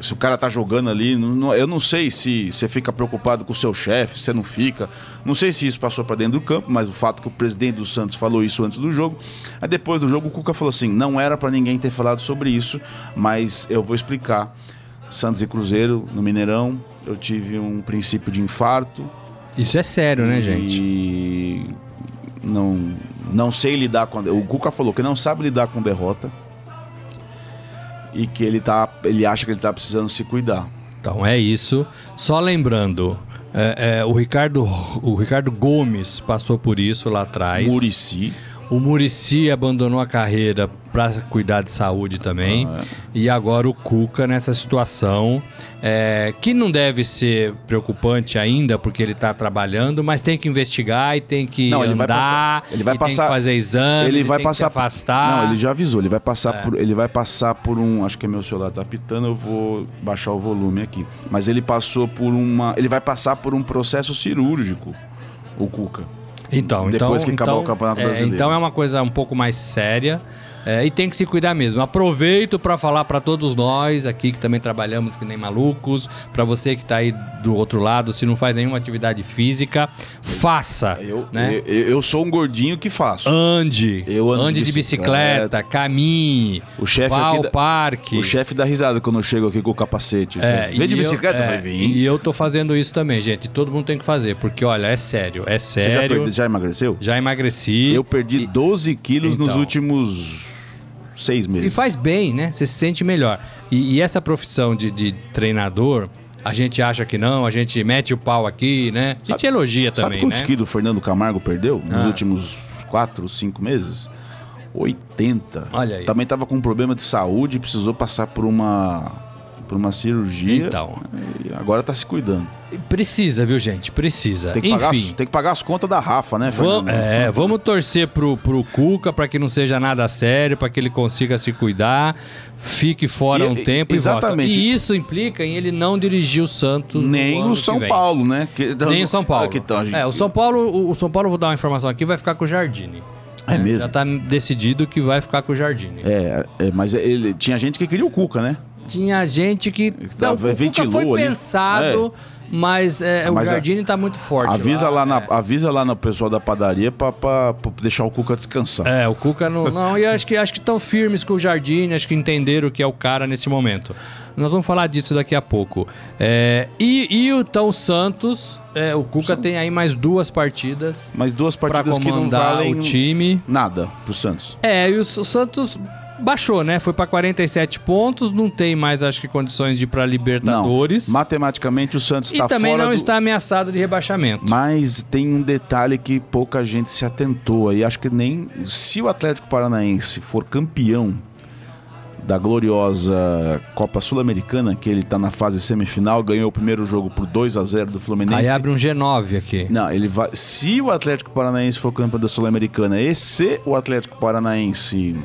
S2: Se o cara tá jogando ali, não- não- eu não sei se você fica preocupado com o seu chefe, se você não fica. Não sei se isso passou para dentro do campo, mas o fato que o presidente do Santos falou isso antes do jogo. Aí depois do jogo o Cuca falou assim: não era para ninguém ter falado sobre isso, mas eu vou explicar. Santos e Cruzeiro, no Mineirão, eu tive um princípio de infarto,
S1: Isso é sério, né, gente?
S2: e não, não sei lidar com. a- O Cuca falou que não sabe lidar com derrota. E que ele, tá, ele acha que ele tá precisando se cuidar.
S1: Então é isso. Só lembrando, é, é, o, Ricardo, o Ricardo Gomes passou por É isso Ah, lá atrás.
S2: Murici.
S1: O Murici abandonou a carreira para cuidar de saúde também.
S2: Ah, é.
S1: E agora o Cuca nessa situação, é, que não deve ser preocupante ainda, porque ele está trabalhando, mas tem que investigar e tem que
S2: Não, ele vai
S1: andar,
S2: passar- ele vai
S1: e tem
S2: passar-
S1: que fazer exame,
S2: ele vai
S1: tem
S2: passar.
S1: que se afastar. É.
S2: Não, ele já avisou. Ele vai passar por. Ele vai passar por um. Acho que meu celular tá pitando, eu vou baixar o volume aqui. Mas ele passou por uma. Ele vai passar por um processo cirúrgico, o Cuca.
S1: Então, então,
S2: Depois que acabar
S1: então,
S2: o Campeonato
S1: é,
S2: Brasileiro.
S1: Então é uma coisa um pouco mais séria é, e tem que se cuidar mesmo. Aproveito para falar para todos nós aqui que também trabalhamos que nem malucos, para você que tá aí do outro lado, se não faz nenhuma atividade física, faça,
S2: É, Eu,
S1: né? Ah,
S2: eu, eu sou um gordinho que faço.
S1: Ande,
S2: Eu ando
S1: ande
S2: de
S1: de bicicleta, caminhe,
S2: O chefe
S1: vá
S2: aqui
S1: ao
S2: da-
S1: parque.
S2: O chefe dá risada quando eu chego aqui com o capacete.
S1: É,
S2: Vem de
S1: e eu-
S2: bicicleta,
S1: é,
S2: vai vir.
S1: E eu tô fazendo isso também, gente. Todo mundo tem que fazer, porque olha, é sério, é
S2: Você já,
S1: sério.
S2: perde-
S1: já,
S2: já emagreceu?
S1: emagreci.
S2: Eu perdi 12 quilos nos
S1: Então.
S2: últimos seis meses.
S1: E faz bem, né? Você se sente melhor. E, e essa profissão de, de treinador, a gente acha que não, a gente mete o pau aqui, né? A gente
S2: Sabe-
S1: elogia
S2: Sabe
S1: também,
S2: quantos
S1: né?
S2: quilos o Fernando Camargo perdeu nos
S1: Ah.
S2: últimos 4, 5 meses? 80.
S1: Olha aí.
S2: Também tava com um problema de saúde, precisou passar por uma por uma cirurgia.
S1: Então.
S2: E agora tá se cuidando.
S1: Precisa, viu, gente? Precisa.
S2: Tem que,
S1: Enfim.
S2: pagar as, tem que pagar as contas da Rafa, né,
S1: Vam-
S2: Fernando?
S1: é, vamos torcer pro, pro Cuca pra que não seja nada sério, pra que ele consiga se cuidar, fique fora
S2: E-
S1: um
S2: e-
S1: tempo
S2: exatamente.
S1: e volta. E isso implica em ele não dirigir o Santos no
S2: Nem
S1: ano
S2: o
S1: que
S2: São
S1: vem.
S2: Paulo, né? Que-
S1: Nem o São Paulo.
S2: Ah, que tal, gente?
S1: É, o São Paulo, o- o São Paulo vou dar uma informação aqui, vai ficar com o Jardine.
S2: É
S1: Já
S2: mesmo.
S1: tá decidido que vai ficar com o né? Jardine.
S2: É, é, mas ele tinha gente que queria o Cuca, né?
S1: Tinha gente que
S2: tá-
S1: não, o Cuca
S2: ventilou
S1: foi
S2: ali.
S1: pensado, mas é,
S2: Mas
S1: o
S2: a-
S1: Jardine tá muito forte.
S2: Avisa lá, na,
S1: é.
S2: avisa lá no pessoal da padaria pra, pra- pra deixar o Cuca descansar.
S1: É, o Cuca não. Não, e acho que acho que estão firmes com o Jardim, acho que entenderam o que é o cara nesse momento. Nós vamos falar disso daqui a pouco. É, e, e o Tão Santos, é, o Cuca tem aí mais duas partidas
S2: Mas duas
S1: para
S2: partidas que não
S1: comandar
S2: valem um-
S1: o time.
S2: nada pro Santos.
S1: É, e o, S- o Santos baixou, né? Foi para 47 pontos, não tem mais, acho que, condições de ir para Libertadores.
S2: Não, matematicamente o Santos
S1: e
S2: está fora
S1: também não
S2: do...
S1: está ameaçado de rebaixamento.
S2: Mas tem um detalhe que pouca gente se atentou aí. Acho que nem se o Atlético Paranaense for campeão da gloriosa Copa Sul-Americana, que ele está na fase semifinal, ganhou o primeiro jogo por 2 a 0 do
S1: Aí
S2: Fluminense.
S1: abre um G9 aqui.
S2: Não, ele vai. Se o Atlético Paranaense for campeão da Sul-Americana e se o Atlético Paranaense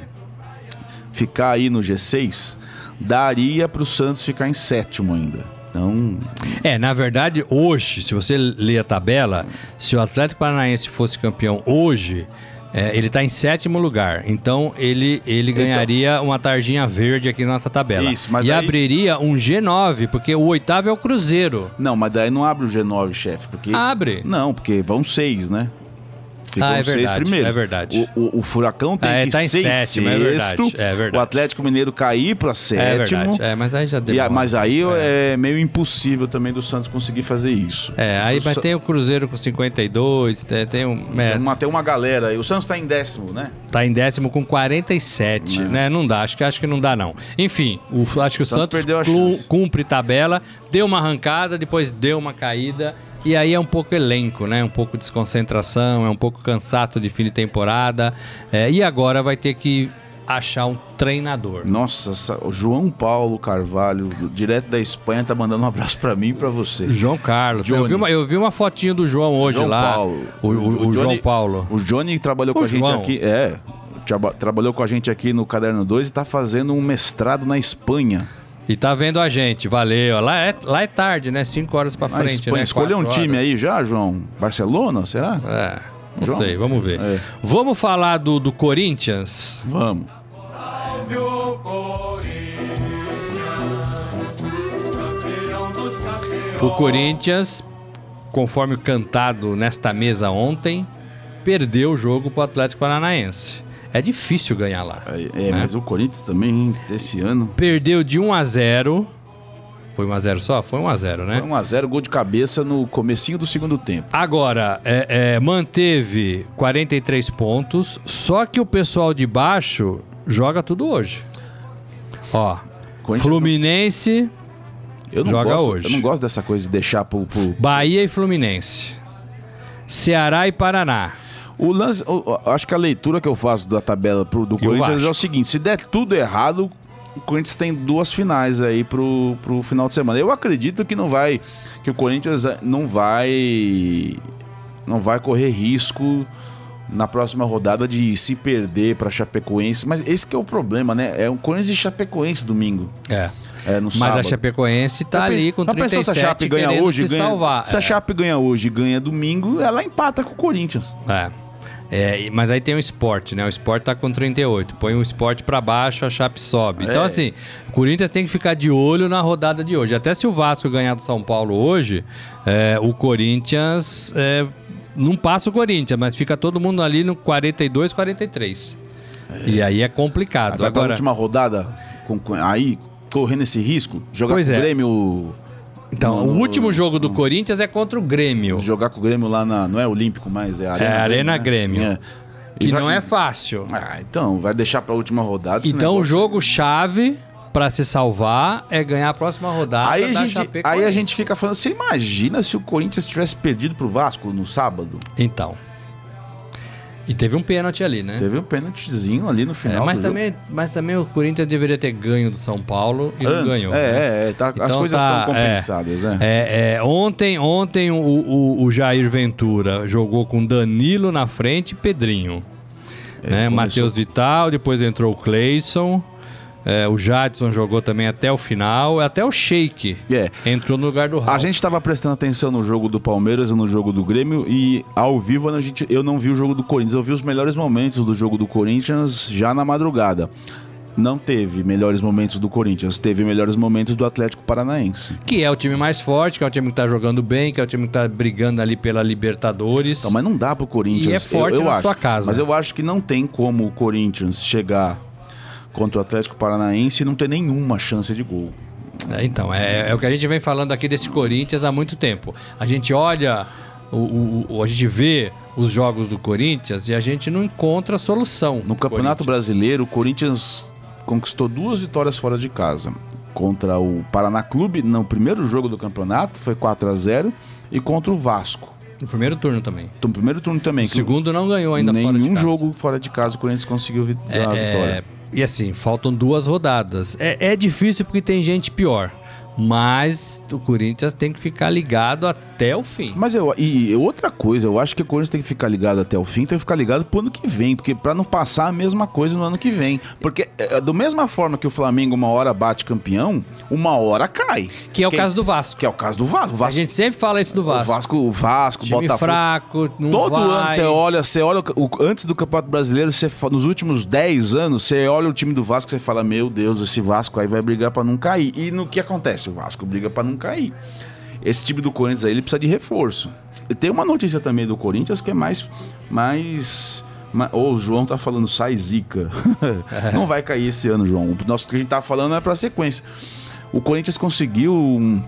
S2: ficar aí no G6, daria para o Santos ficar em sétimo ainda. Então,
S1: É, na verdade, hoje, se você ler a tabela, se o Atlético Paranaense fosse campeão hoje, é, ele está em sétimo lugar. Então, ele, ele ganharia uma tarjinha verde aqui na nossa tabela.
S2: Isso, mas
S1: e
S2: aí-
S1: abriria um G9, porque o oitavo é o Cruzeiro.
S2: não, mas daí não abre o G9, chefe, porque
S1: Abre.
S2: não, porque vão seis, né? Ficam
S1: Ah, é
S2: seis
S1: verdade,
S2: primeiro.
S1: é verdade.
S2: O, o- o Furacão tem
S1: Ah, é,
S2: que
S1: tá em
S2: ser
S1: sétimo, é
S2: sexto.
S1: verdade, é verdade.
S2: O Atlético Mineiro cair para
S1: É
S2: sétimo.
S1: verdade. É, mas aí já deu.
S2: E a- mas aí é. meio impossível também do Santos conseguir fazer isso.
S1: É, aí
S2: O
S1: vai
S2: Sa-
S1: ter o Cruzeiro com 52, tem, tem um. é,
S2: Tem uma, tem Então, uma galera aí. O Santos tá em décimo, né?
S1: Tá em décimo com 47, né? Não dá, acho que, acho que não dá, não. Enfim, o, acho que o,
S2: O Santos
S1: Santos,
S2: perdeu a
S1: clu-
S2: chance.
S1: cumpre tabela, deu uma arrancada, depois deu uma caída. E aí é um pouco elenco, né? Um pouco desconcentração, é um pouco cansato de fim de temporada. é, e agora vai ter que achar um treinador.
S2: Nossa, essa- o João Paulo Carvalho, direto da Espanha, tá mandando um abraço pra mim e pra você.
S1: João Carlos. né? Eu
S2: Johnny.
S1: vi, uma, eu vi uma fotinho do João hoje
S2: João
S1: lá.
S2: Paulo.
S1: O, o-
S2: O
S1: o
S2: Johnny-
S1: João Paulo.
S2: O Johnny trabalhou
S1: O
S2: com a gente
S1: João.
S2: aqui. É. traba- Trabalhou com a gente aqui no Caderno 2 e tá fazendo um mestrado na Espanha.
S1: E tá vendo a gente, valeu. Lá é, lá é tarde, né? 5 horas pra
S2: Na
S1: frente,
S2: Espanha.
S1: né?
S2: Escolheu um
S1: Quatro
S2: time
S1: horas.
S2: aí já, João? Barcelona, será?
S1: É, não
S2: João?
S1: sei, vamos ver.
S2: É.
S1: Vamos falar do, do Corinthians?
S2: Vamos.
S1: O Corinthians, conforme cantado nesta mesa ontem, perdeu o jogo pro Atlético Paranaense. É difícil ganhar lá.
S2: É, é, mas o Corinthians também, hein, esse ano.
S1: Perdeu de 1 a 0 Foi 1 a 0 só? Foi 1 a 0 né?
S2: Foi 1x0, gol de cabeça no comecinho do segundo tempo.
S1: Agora, é, é, manteve 43 pontos, só que o pessoal de baixo joga tudo hoje. Ó,
S2: Corinthians não-
S1: Fluminense,
S2: Eu não
S1: Joga
S2: gosto,
S1: hoje.
S2: Eu não gosto dessa coisa de deixar pro- pro,
S1: Bahia e Fluminense. Ceará e Paraná.
S2: O lance, o- o- acho que a leitura que eu faço da tabela pro, do Corinthians
S1: Vasco.
S2: é o seguinte: se der tudo errado, o Corinthians tem duas finais aí pro, pro final de semana. Eu acredito que não vai, que o Corinthians eh, não vai, não vai correr risco na próxima rodada de se perder pra Chapecoense. Mas esse que é o problema, né? É um Corinthians e Chapecoense domingo,
S1: É.
S2: é, no
S1: Mas
S2: sábado.
S1: a Chapecoense tá
S2: Já pens-
S1: ali com
S2: já pensou
S1: 37
S2: se a Chape ganha
S1: querendo
S2: hoje,
S1: se
S2: ganha,
S1: salvar. É.
S2: Se a Chape ganha hoje, e ganha domingo, ela empata com o Corinthians.
S1: É. É, e- mas aí tem o esporte, né? O esporte tá com 38. Põe o esporte pra baixo, a Chape sobe. Então,
S2: É.
S1: assim, o Corinthians tem que ficar de olho na rodada de hoje. Até se o Vasco ganhar do São Paulo hoje, é, o Corinthians é, não passa o Corinthians, mas fica todo mundo ali no 42, 43. E aí é
S2: Aí
S1: complicado.
S2: vai pra
S1: Agora,
S2: última rodada com- com- aí, correndo esse risco, jogar
S1: Pois
S2: com
S1: é.
S2: o Grêmio.
S1: então,
S2: no-
S1: o
S2: no-
S1: último jogo do Corinthians é contra o Grêmio.
S2: Jogar com o Grêmio lá na. Não é Olímpico, mas é Arena.
S1: É, Arena Grêmio.
S2: né? É.
S1: Que
S2: vai-
S1: não é fácil.
S2: Ah, então, vai deixar pra última rodada. esse
S1: Então o
S2: negócio.
S1: jogo-chave pra se salvar é ganhar a próxima rodada
S2: Aí a,
S1: da é
S2: gente,
S1: Chapecoense.
S2: aí a gente fica falando, você imagina se o Corinthians tivesse perdido pro Vasco no sábado?
S1: Então. E teve um pênalti ali, né?
S2: Teve um pênaltizinho ali no
S1: É,
S2: final.
S1: mas,
S2: do jogo.
S1: também, mas também o Corinthians deveria ter ganho do São Paulo e não
S2: Antes.
S1: ganhou.
S2: É,
S1: né?
S2: é, é, tá- as
S1: Então
S2: coisas
S1: tá,
S2: estão compensadas, né?
S1: É, é, ontem ontem o, o- o Jair Ventura jogou com Danilo na frente e Pedrinho. né?
S2: começou-
S1: Matheus Vital, depois entrou o Cleison. é, o Jadson jogou também até o final. Até o Sheik
S2: É.
S1: entrou no lugar do
S2: A
S1: Raul.
S2: gente estava prestando atenção no jogo do Palmeiras e no jogo do Grêmio e ao vivo a gente, eu não vi o jogo do Corinthians. Eu vi os melhores momentos do jogo do Corinthians já na madrugada. Não teve melhores momentos do Corinthians, teve melhores momentos do Atlético Paranaense.
S1: Que é o time mais forte, que é o time que tá jogando bem, que é o time que tá brigando ali pela Libertadores.
S2: Então, mas não dá pro Corinthians.
S1: E é forte
S2: eu, eu
S1: na
S2: acho.
S1: sua casa.
S2: Mas eu acho que não tem como o Corinthians chegar contra o Atlético Paranaense e não ter nenhuma chance de gol.
S1: É, então, é, é o que a gente vem falando aqui desse Corinthians há muito tempo. A gente olha, o, o- o- a gente vê os jogos do Corinthians e a gente não encontra solução.
S2: No Campeonato
S1: Corinthians.
S2: Brasileiro, o Corinthians conquistou duas vitórias fora de casa. Contra o Paraná Clube, no primeiro jogo do campeonato, foi 4 a 0 e contra o Vasco.
S1: No primeiro turno também.
S2: Então, primeiro turno também.
S1: O segundo não ganhou ainda
S2: nenhum
S1: fora de casa.
S2: jogo fora de casa o Corinthians conseguiu vi-
S1: É,
S2: a vitória.
S1: é, e assim, faltam duas rodadas. É, é difícil porque tem gente pior. Mas o Corinthians tem que ficar ligado até o fim.
S2: Mas eu, e outra coisa, eu acho que o Corinthians tem que ficar ligado até o fim, tem que ficar ligado pro ano que vem, porque pra não passar a mesma coisa no ano que vem. Porque é, da mesma forma que o Flamengo uma hora bate campeão, uma hora cai.
S1: Que é o
S2: Quem-
S1: caso do Vasco.
S2: que é o caso do Vasco. O
S1: A
S2: Vasco
S1: gente sempre fala isso do Vasco.
S2: O Vasco, o Vasco,
S1: Time
S2: Botafogo.
S1: fraco, não
S2: Todo
S1: vai.
S2: ano você olha, você olha o- antes do Campeonato Brasileiro, você fa- nos últimos 10 anos, você olha o time do Vasco, você fala: "Meu Deus, esse Vasco aí vai brigar pra não cair". E no que acontece? O Vasco briga pra não cair. Esse time do Corinthians aí, ele precisa de reforço. E Tem uma notícia também do Corinthians que é mais mais ma- Ô, o João tá falando, sai zica. Não vai cair esse ano, João. O nosso que a gente tá falando é pra sequência. O Corinthians conseguiu um,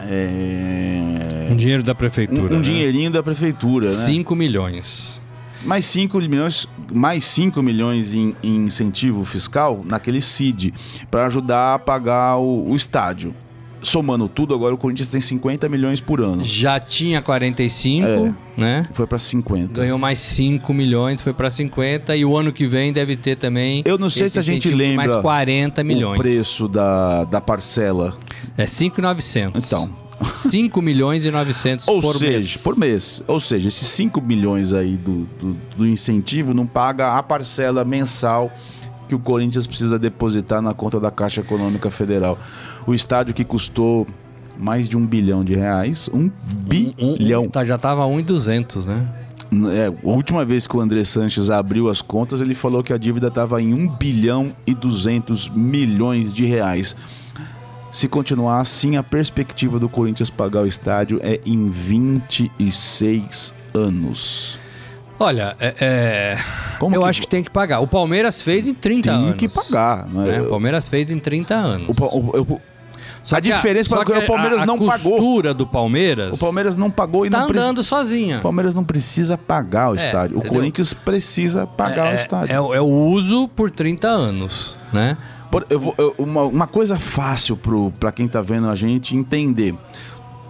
S2: é,
S1: Um dinheiro da
S2: um,
S1: prefeitura.
S2: um
S1: né?
S2: dinheirinho da prefeitura, né?
S1: 5 milhões.
S2: Mais 5 milhões, mais 5 milhões em, em incentivo fiscal naquele CID para ajudar a pagar o, o estádio. Somando tudo, agora o Corinthians tem 50 milhões por ano.
S1: Já tinha 45,
S2: É.
S1: né?
S2: Foi para 50.
S1: Ganhou mais 5 milhões, foi pra 50 e o ano que vem deve ter também
S2: Eu não sei
S1: esse
S2: se a gente
S1: incentivo de mais
S2: lembra
S1: 40 milhões.
S2: O preço da, da parcela.
S1: É 5,900.
S2: Então,
S1: 5 milhões e 900
S2: ou
S1: por
S2: seja,
S1: mês.
S2: por mês. Ou seja, esses 5 milhões aí do, do, do incentivo não paga a parcela mensal que o Corinthians precisa depositar na conta da Caixa Econômica Federal. O estádio que custou mais de um bilhão de reais, um bilhão.
S1: Tá, já tava 1,200, né?
S2: É, a última vez que o André Sanches abriu as contas, ele falou que a dívida estava em 1 bilhão e 200 milhões de reais. Se continuar assim, a perspectiva do Corinthians pagar o estádio é em 26 anos.
S1: Olha, é, é,
S2: Como
S1: eu acho que tem que pagar. O Palmeiras fez em 30
S2: tem
S1: anos.
S2: que pagar, não é?
S1: né? O Palmeiras fez em 30 anos.
S2: O, Pa- o- eu-
S1: Só
S2: a
S1: que
S2: diferença
S1: só
S2: foi que o Palmeiras
S1: a,
S2: não
S1: a
S2: pagou.
S1: costura do Palmeiras,
S2: o Palmeiras não pagou e
S1: tá
S2: não precisa.
S1: andando sozinha.
S2: O Palmeiras não precisa pagar o
S1: É,
S2: estádio. O
S1: entendeu?
S2: Corinthians precisa pagar o estádio.
S1: É, o- é o uso por 30 anos, né?
S2: Por- eu vou- eu- uma, uma coisa fácil pro, pra quem tá vendo a gente entender.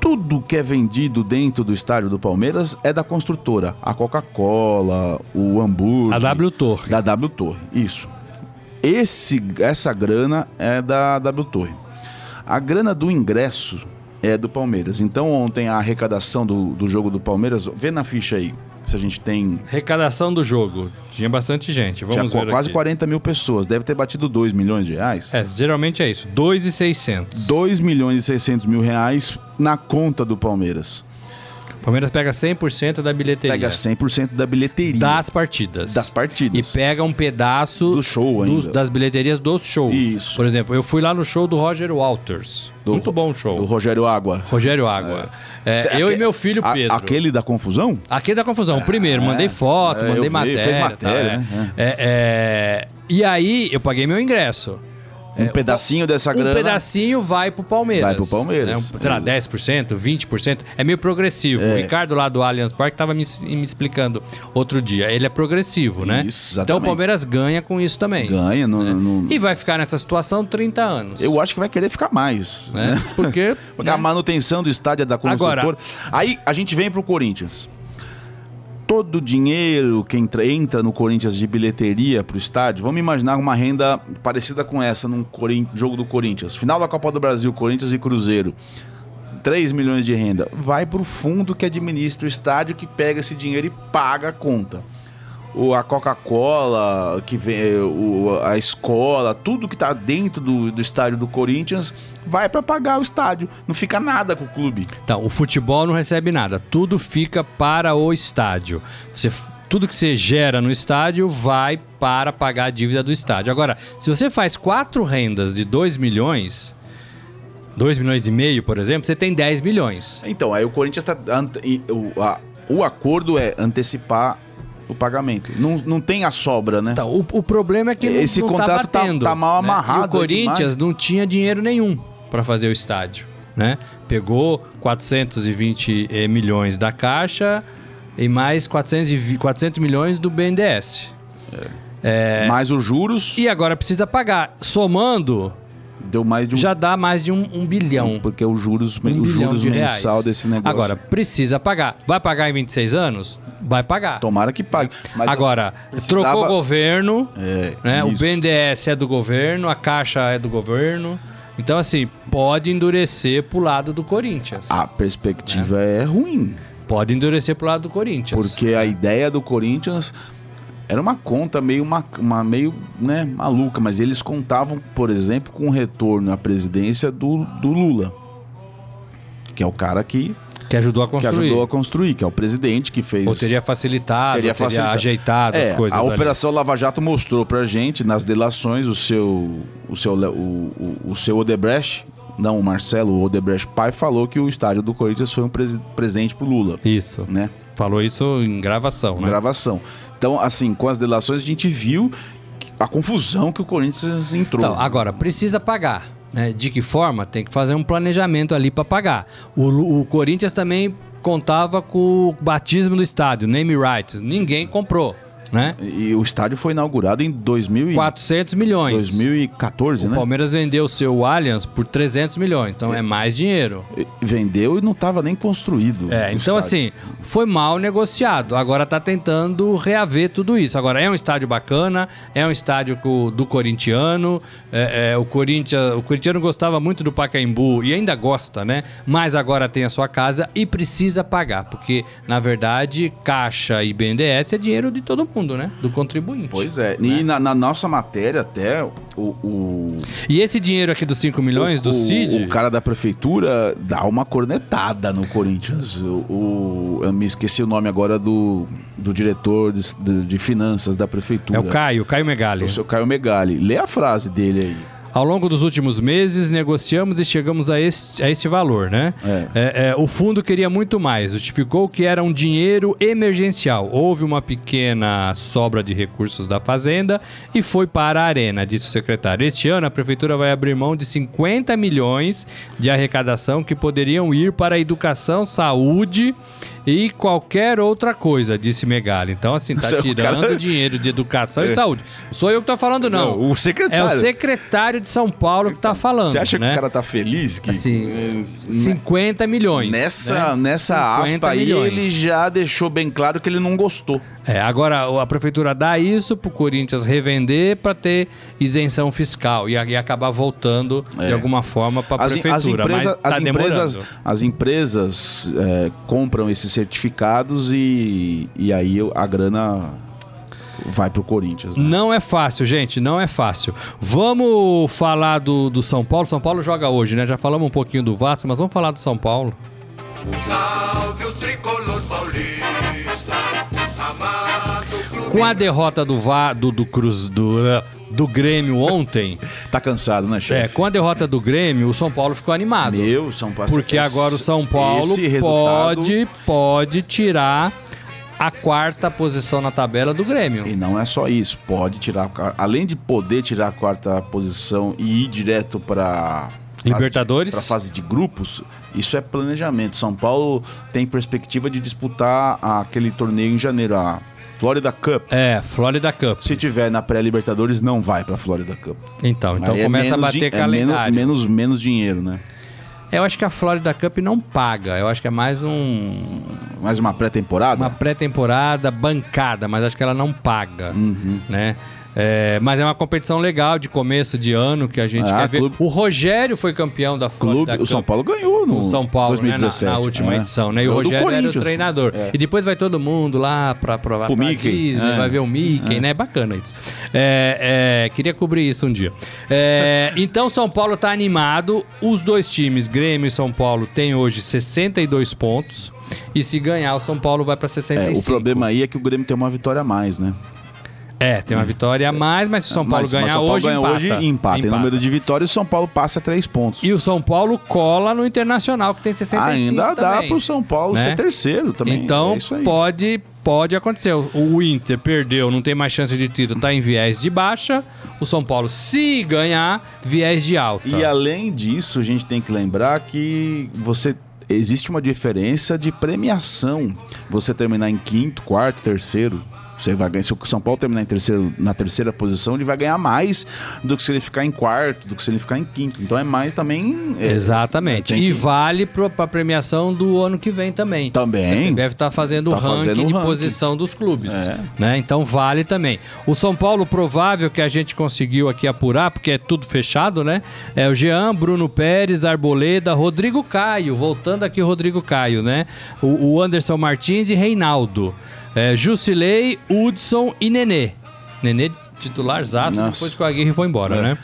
S2: Tudo que é vendido dentro do estádio do Palmeiras é da construtora. A Coca-Cola, o hambúrguer.
S1: A W Torre.
S2: Da W Torre, isso. Esse, essa grana é da W Torre. A grana do ingresso é do Palmeiras. Então ontem a arrecadação do, do jogo do Palmeiras, vê na ficha aí se a gente tem
S1: Arrecadação do jogo. Tinha bastante gente, vamos
S2: tinha
S1: ver
S2: quase
S1: aqui.
S2: 40 mil pessoas, deve ter batido 2 milhões de reais.
S1: É, geralmente é isso, 2,600.
S2: 2 milhões e 600 mil reais na conta do Palmeiras.
S1: O Palmeiras pega 100% da bilheteria
S2: Pega 100% da bilheteria
S1: É. das partidas.
S2: das
S1: e
S2: partidas.
S1: pega um pedaço
S2: Do show ainda.
S1: dos- das bilheterias dos shows.
S2: Isso.
S1: Por exemplo, eu fui lá no show do Roger Walters.
S2: Do-
S1: Muito bom show.
S2: Do Rogério Água.
S1: Rogério Água. É,
S2: Cê-
S1: eu
S2: aque-
S1: e meu filho
S2: a-
S1: Pedro.
S2: aquele da confusão?
S1: Aqui é da confusão. Primeiro, mandei foto,
S2: é, eu
S1: mandei
S2: vi, né?
S1: matéria.
S2: fez
S1: tá,
S2: matéria,
S1: é.
S2: né?
S1: É, é, e aí, eu paguei meu ingresso.
S2: Um pedacinho dessa
S1: Um
S2: grana.
S1: pedacinho vai pro Palmeiras.
S2: Vai pro Palmeiras.
S1: É, um- sei lá, 10%, 20%. É meio progressivo. O Ricardo lá do Allianz Parque tava me, me explicando outro dia. Ele é progressivo, né?
S2: Isso,
S1: Então o
S2: exatamente.
S1: Palmeiras ganha com isso também.
S2: Ganha.
S1: É.
S2: Não, não-
S1: E vai ficar nessa situação 30 anos.
S2: Eu acho que vai querer ficar mais.
S1: né?
S2: Né?
S1: Porque.
S2: Porque a manutenção do estádio é da construtora.
S1: Agora-
S2: Aí a gente vem pro Corinthians. Todo o dinheiro que entra, entra no Corinthians de bilheteria pro estádio, vamos imaginar uma renda parecida com essa num Corin- jogo do Corinthians. Final da Copa do Brasil, Corinthians e Cruzeiro. 3 milhões de renda. Vai pro fundo que administra o estádio, que pega esse dinheiro e paga a conta. O, a Coca-Cola, que vem, eh, o- a escola, tudo que tá dentro do, do estádio do Corinthians vai para pagar o estádio. Não fica nada com o clube.
S1: Então, o futebol não recebe nada, tudo fica para o estádio. Você, tudo que você gera no estádio vai para pagar a dívida do estádio. Agora, se você faz quatro rendas de 2 milhões, 2 milhões e meio, por exemplo, você tem 10 milhões.
S2: Então, aí o Corinthians tá. ante- e o, a- o acordo é antecipar o pagamento. Não, não tem a sobra, né?
S1: Então, o, o problema é que não-
S2: Esse
S1: não
S2: contrato
S1: tá,
S2: tá-
S1: batendo,
S2: tá mal
S1: né? E
S2: amarrado
S1: o Corinthians
S2: demais.
S1: não tinha dinheiro nenhum para fazer o estádio, né? Pegou 420 eh, milhões da Caixa e mais 400, e vi- 400 milhões do BNDES.
S2: Mas os juros
S1: É. E agora precisa pagar. Somando,
S2: deu mais de um.
S1: já dá mais de um, um bilhão.
S2: Porque os juros,
S1: Um
S2: Hum. os
S1: bilhão
S2: juros
S1: de reais.
S2: mensal desse negócio.
S1: Agora, precisa pagar. Vai pagar em 26 anos? Vai pagar.
S2: Tomara que pague. Mas
S1: agora,
S2: precisava-
S1: trocou o governo,
S2: É,
S1: né? o
S2: isso.
S1: BNDES é do governo, a Caixa é do governo. Então, assim, pode endurecer pro lado do Corinthians.
S2: A perspectiva é ruim.
S1: Pode endurecer pro lado do Corinthians.
S2: Porque a ideia do Corinthians era uma conta meio, ma- uma, meio né, maluca, mas eles contavam, por exemplo, com o retorno à presidência do, do Lula. Que é o cara que,
S1: Que ajudou a
S2: que
S1: construir.
S2: ajudou a construir, que é o presidente que fez.
S1: Ou teria facilitado,
S2: Teria
S1: teria,
S2: facilitado.
S1: ajeitado
S2: É,
S1: as coisas
S2: a
S1: ali.
S2: Operação Lava Jato mostrou pra gente nas delações o seu o seu Le- o, o, o seu Odebrecht, não, o Marcelo o Odebrecht pai falou que o estádio do Corinthians foi um presi- presente pro Lula,
S1: Isso.
S2: né?
S1: Falou isso em gravação, né?
S2: Gravação. Então, assim, com as delações a gente viu que- a confusão que o Corinthians entrou.
S1: Então, agora, precisa pagar. né? De que forma? Tem que fazer um planejamento ali para pagar. O, Lu- o Corinthians também contava com o batismo do estádio, name rights. Ninguém comprou, né?
S2: E o estádio foi inaugurado em 2000 e-
S1: 400 milhões.
S2: 2014,
S1: o
S2: né?
S1: Palmeiras vendeu o seu Allianz por 300 milhões, então é mais dinheiro.
S2: Vendeu e não estava nem construído.
S1: É,
S2: o
S1: então
S2: estádio.
S1: assim, foi mal negociado. Agora tá tentando reaver tudo isso. Agora é um estádio bacana, é um estádio co- do corintiano. é- é, o, Corinthians, o corintiano gostava muito do Pacaembu e ainda gosta, né? Mas agora tem a sua casa e precisa pagar, porque na verdade Caixa e BNDES é dinheiro de todo mundo, né? Do contribuinte.
S2: Pois é. E na, na nossa matéria até o- o
S1: E esse dinheiro aqui dos 5 milhões do
S2: o,
S1: CID. é
S2: O cara da prefeitura dá uma cornetada no Corinthians. O, o- eu me esqueci o nome agora do, do diretor de, s- de- de finanças da prefeitura.
S1: É o Caio, Caio Megali.
S2: O seu Caio Megali. Lê a frase dele aí.
S1: Ao longo dos últimos meses, negociamos e chegamos a este, a este valor, né?
S2: É.
S1: É, é, o fundo queria muito mais, justificou que era um dinheiro emergencial. Houve uma pequena sobra de recursos da Fazenda e foi para a Arena, disse o secretário. Este ano, a Prefeitura vai abrir mão de 50 milhões de arrecadação que poderiam ir para a educação, saúde e qualquer outra coisa, disse Megali. Então, assim, tá
S2: Isso é o
S1: tirando
S2: cara- É.
S1: dinheiro de educação e saúde. Não sou eu que tô falando, não.
S2: o
S1: É
S2: secretário.
S1: o secretário de São Paulo que tá falando.
S2: Você acha que
S1: né?
S2: o cara tá feliz? Que,
S1: Assim,
S2: É,
S1: 50 milhões.
S2: Nessa,
S1: né?
S2: nessa
S1: 50
S2: aspa aí,
S1: milhões.
S2: ele já deixou bem claro que ele não gostou.
S1: É, agora o- a prefeitura dá isso pro Corinthians revender pra ter isenção fiscal e, a- e acabar voltando de alguma forma pra
S2: É. As,
S1: prefeitura.
S2: as empresas,
S1: mas tá
S2: as empresas,
S1: demorando.
S2: as empresas é, compram esses certificados e, e aí a grana vai pro Corinthians. né?
S1: Não é fácil, gente, não é fácil. Vamos falar do, do São Paulo. São Paulo joga hoje, né? Já falamos um pouquinho do Vasco, mas vamos falar do São Paulo.
S3: Salve o tricolor paulista, amado clube.
S1: Com a derrota do Va, do, do Cruz do, do Grêmio ontem,
S2: Tá cansado, né,
S1: é,
S2: chefe?
S1: com a derrota do Grêmio, o São Paulo ficou animado.
S2: Meu, São Paulo.
S1: Porque
S2: esse-
S1: agora o São Paulo
S2: esse resultado-
S1: pode, pode tirar a a quarta posição na tabela do Grêmio.
S2: E não é só isso, pode tirar, além de poder tirar a quarta posição e ir direto para
S1: Libertadores?
S2: para fase de grupos, isso é planejamento. São Paulo tem perspectiva de disputar aquele torneio em janeiro, a Florida Cup.
S1: É, Florida Cup.
S2: Se tiver na pré-Libertadores, não vai para Florida Cup.
S1: Então, então
S2: Aí é
S1: começa a
S2: menos
S1: bater
S2: din- é
S1: calendário.
S2: menos, menos, menos dinheiro, né?
S1: Eu acho que a Florida Cup não paga. Eu acho que é mais um,
S2: Mais uma pré-temporada?
S1: uma pré-temporada bancada, mas acho que ela não paga,
S2: Uhum.
S1: né? É, mas é uma competição legal de começo de ano que a gente
S2: Ah,
S1: quer ver.
S2: clube-
S1: O Rogério foi campeão da
S2: Clube,
S1: Florida
S2: o
S1: Cup.
S2: São Paulo ganhou no
S1: O São Paulo,
S2: 2017.
S1: né, na, na última
S2: é.
S1: edição, né? E o
S2: Ganhou do
S1: Rogério era o
S2: Corinthians.
S1: treinador.
S2: É.
S1: E depois vai todo mundo lá pra provar
S2: Pro
S1: pra
S2: Mickey.
S1: Disney,
S2: É.
S1: vai ver o Mickey, né? Bacana isso. É, é, queria cobrir isso um dia. É, então, São Paulo tá animado. Os dois times, Grêmio e São Paulo, têm hoje 62 pontos. E se ganhar, o São Paulo vai pra
S2: É,
S1: 65.
S2: o problema aí é que o Grêmio tem uma vitória a mais, né?
S1: É, tem uma vitória a mais, mas se o São Paulo
S2: Mas- mas
S1: ganhar
S2: São Paulo
S1: hoje,
S2: ganha
S1: empata.
S2: hoje e empata. Em número de vitórias, o São Paulo passa três pontos.
S1: E o São Paulo cola no Internacional, que tem 65
S2: Ainda dá
S1: também.
S2: pro São Paulo
S1: né?
S2: ser terceiro também.
S1: Então
S2: é isso aí.
S1: pode, pode acontecer. O- O Inter perdeu, não tem mais chance de título, tá em viés de baixa. O São Paulo, se ganhar, viés de alta.
S2: E além disso, a gente tem que lembrar que você existe uma diferença de premiação. Você terminar em quinto, quarto, terceiro, você vai ganhar. Se o São Paulo terminar em terceiro, na terceira posição, ele vai ganhar mais do que se ele ficar em quarto, do que se ele ficar em quinto. Então é mais também. é,
S1: Exatamente.
S2: tem
S1: E
S2: que-
S1: vale pro- pra premiação do ano que vem também. Você
S2: Também.
S1: deve estar fazendo o
S2: Tá
S1: ranking
S2: fazendo o
S1: de
S2: ranking.
S1: posição dos clubes.
S2: É.
S1: Né? Então vale também. O São Paulo, provável que a gente conseguiu aqui apurar, porque é tudo fechado, né? É o Jean, Bruno Pérez, Arboleda, Rodrigo Caio. Voltando aqui, Rodrigo Caio, né? O, o Anderson Martins e Reinaldo. É, Jusilei, Hudson e Nenê. Nenê titular zaço,
S2: Nossa. É.
S1: depois que o Aguirre foi embora, né?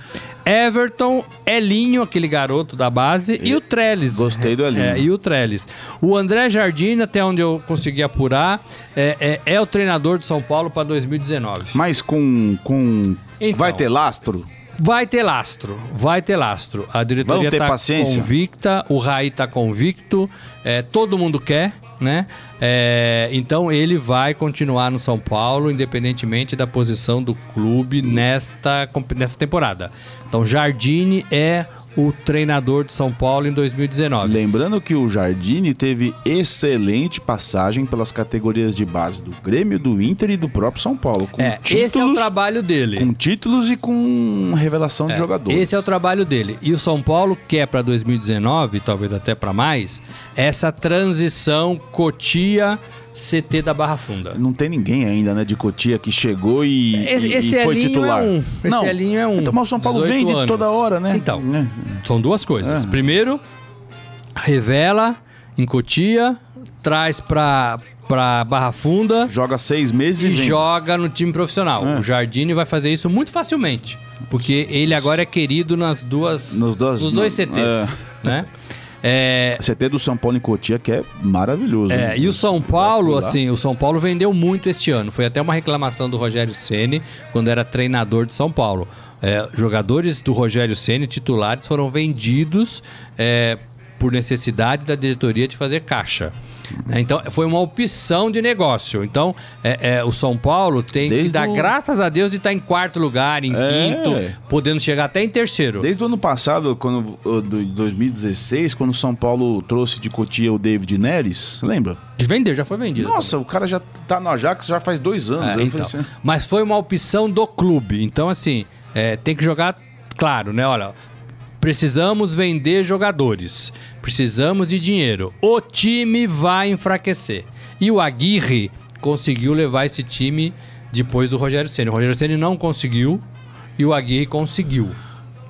S1: Everton, Elinho, aquele garoto da base, e, o Trellis.
S2: Gostei do Elinho.
S1: É, e o Trellis. O André Jardim, até onde eu consegui apurar, é, é- é o treinador de São Paulo para 2019.
S2: Mas com. com...
S1: Então.
S2: Vai ter lastro?
S1: Vai ter lastro, vai ter lastro. A diretoria
S2: Vamos ter
S1: está
S2: paciência.
S1: convicta, o Raí tá convicto, é, todo mundo quer, né? É, então ele vai continuar no São Paulo, independentemente da posição do clube nesta, comp- nesta temporada. Então Jardine é o treinador de São Paulo em 2019.
S2: Lembrando que o Jardine teve excelente passagem pelas categorias de base do Grêmio, do Inter e do próprio São Paulo. Com
S1: É,
S2: títulos,
S1: esse é o trabalho dele.
S2: com títulos e com revelação de jogadores.
S1: Esse é o trabalho dele. E o São Paulo é quer para 2019, talvez até para mais, essa transição Cotia CT da Barra Funda.
S2: Não tem ninguém ainda, né, de Cotia que chegou e,
S1: Esse-
S2: e- e
S1: esse
S2: foi
S1: Elinho
S2: titular.
S1: é um. Esse
S2: Não.
S1: Elinho é um.
S2: Então, mas o São Paulo
S1: 18
S2: vende
S1: anos.
S2: toda hora, né?
S1: Então.
S2: Né?
S1: São duas
S2: É.
S1: coisas. Primeiro, revela em Cotia, traz para para Barra Funda
S2: Joga seis meses e,
S1: e
S2: vende.
S1: joga no time profissional.
S2: É.
S1: O Jardine vai fazer isso muito facilmente, porque ele agora é querido nas duas
S2: Nos dois-
S1: nos dois
S2: no-
S1: CTs, né? É,
S2: CT do São Paulo em Cotia que é maravilhoso.
S1: É,
S2: né?
S1: e o São Paulo,
S2: lá.
S1: assim, o São Paulo vendeu muito este ano. Foi até uma reclamação do Rogério Ceni quando era treinador de São Paulo. É, jogadores do Rogério Ceni titulares foram vendidos é, por necessidade da diretoria de fazer caixa. Né, Então, foi uma opção de negócio. Então, é, é, o São Paulo tem que
S2: Desde
S1: dar
S2: o- É.
S1: graças a Deus de estar em quarto lugar, em quinto, podendo chegar até em terceiro.
S2: Desde o ano passado, quando, o- do 2016, quando o São Paulo trouxe de Cotia o David Neres, lembra?
S1: Vendeu, já foi vendido.
S2: Nossa, o cara já tá no Ajax já faz dois anos.
S1: É,
S2: Eu
S1: então.
S2: falei assim,
S1: Mas foi uma opção do clube. Então, assim, é, tem que jogar claro, né? Olha, precisamos vender jogadores. Precisamos de dinheiro. O time vai enfraquecer. E o Aguirre conseguiu levar esse time depois do Rogério Ceni. O Rogério Ceni não conseguiu e o Aguirre conseguiu.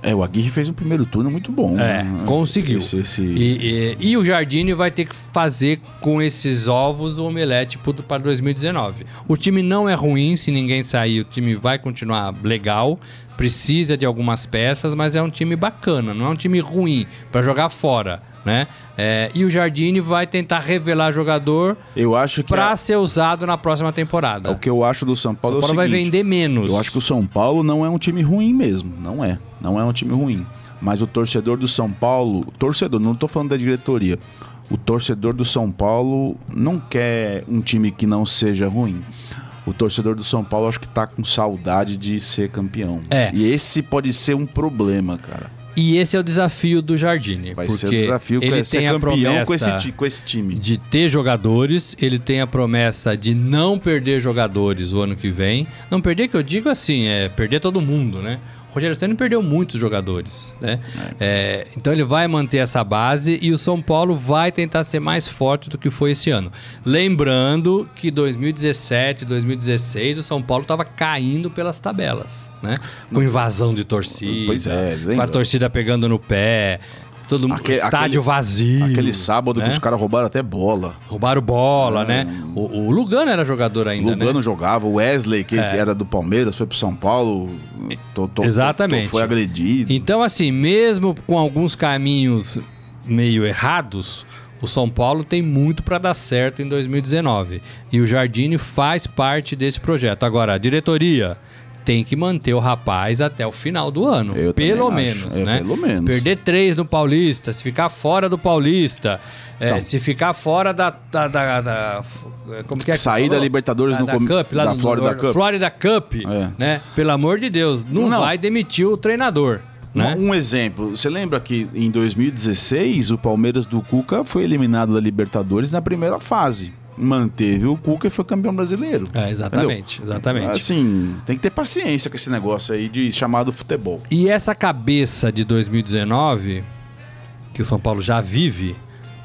S2: É, o Aguirre fez um primeiro turno muito bom.
S1: É,
S2: né?
S1: conseguiu.
S2: Esse, esse-
S1: E, e- e o Jardine vai ter que fazer com esses ovos o omelete pro- para 2019. O time não é ruim se ninguém sair, o time vai continuar legal, precisa de algumas peças, mas é um time bacana, não é um time ruim para jogar fora, né? É, e o Jardine vai tentar revelar jogador
S2: Eu acho que
S1: para
S2: é-
S1: ser usado na próxima temporada.
S2: é o que eu acho do São
S1: o
S2: Paulo,
S1: São Paulo
S2: é o
S1: vai
S2: seguinte,
S1: vender menos.
S2: Eu acho que o São Paulo não é um time ruim mesmo. Não é. Não é um time ruim. Mas o torcedor do São Paulo, torcedor, não estou falando da diretoria. O torcedor do São Paulo não quer um time que não seja ruim. O torcedor do São Paulo acho que tá com saudade de ser campeão.
S1: É.
S2: E esse pode ser um problema, cara.
S1: E esse é o desafio do Jardine.
S2: Vai
S1: porque
S2: ser o desafio
S1: ele
S2: cara,
S1: tem
S2: é ser
S1: a
S2: campeão com esse,
S1: promessa
S2: ti- com esse time.
S1: de ter jogadores, ele tem a promessa de não perder jogadores o ano que vem. Não perder, que eu digo assim, é perder todo mundo, né? O Rogério Ceni perdeu muitos jogadores, né? É, então ele vai manter essa base e o São Paulo vai tentar ser mais forte do que foi esse ano. Lembrando que 2017, 2016, o São Paulo estava caindo pelas tabelas, né? Com invasão de torcida,
S2: Pois é,
S1: com
S2: lembra?
S1: a torcida pegando no pé, todo mundo,
S2: Aque-
S1: estádio
S2: aquele-
S1: vazio.
S2: Aquele sábado
S1: né?
S2: que os caras roubaram até bola.
S1: Roubaram bola, né? O, o Lugano era jogador ainda,
S2: Lugano
S1: né? É.
S2: jogava, o Wesley, que era do Palmeiras, foi pro São Paulo. to- to-
S1: Exatamente.
S2: foi agredido.
S1: Então, assim, mesmo com alguns caminhos meio errados, o São Paulo tem muito para dar certo em 2019. E o Jardine faz parte desse projeto. Agora, a diretoria tem que manter o rapaz até o final do ano.
S2: Eu também
S1: pelo
S2: acho.
S1: menos,
S2: É,
S1: né?
S2: pelo menos.
S1: Se perder três no Paulista, se ficar fora do Paulista, é,
S2: Então.
S1: se ficar fora da... da, da- da- como que é que
S2: Sair
S1: falou?
S2: da Libertadores
S1: da,
S2: no
S1: da
S2: come-
S1: Cup, lá
S2: da
S1: do-
S2: Florida
S1: do-
S2: Cup.
S1: Florida Cup,
S2: É.
S1: né? Pelo amor de Deus, não,
S2: Não.
S1: vai demitir o treinador, né?
S2: Um exemplo, você lembra que em 2016 o Palmeiras do Cuca foi eliminado da Libertadores na primeira fase. Manteve o Cuca e foi campeão brasileiro.
S1: É, exatamente, exatamente.
S2: Assim, tem que ter paciência com esse negócio aí de chamado futebol.
S1: E essa cabeça de 2019, que o São Paulo já vive,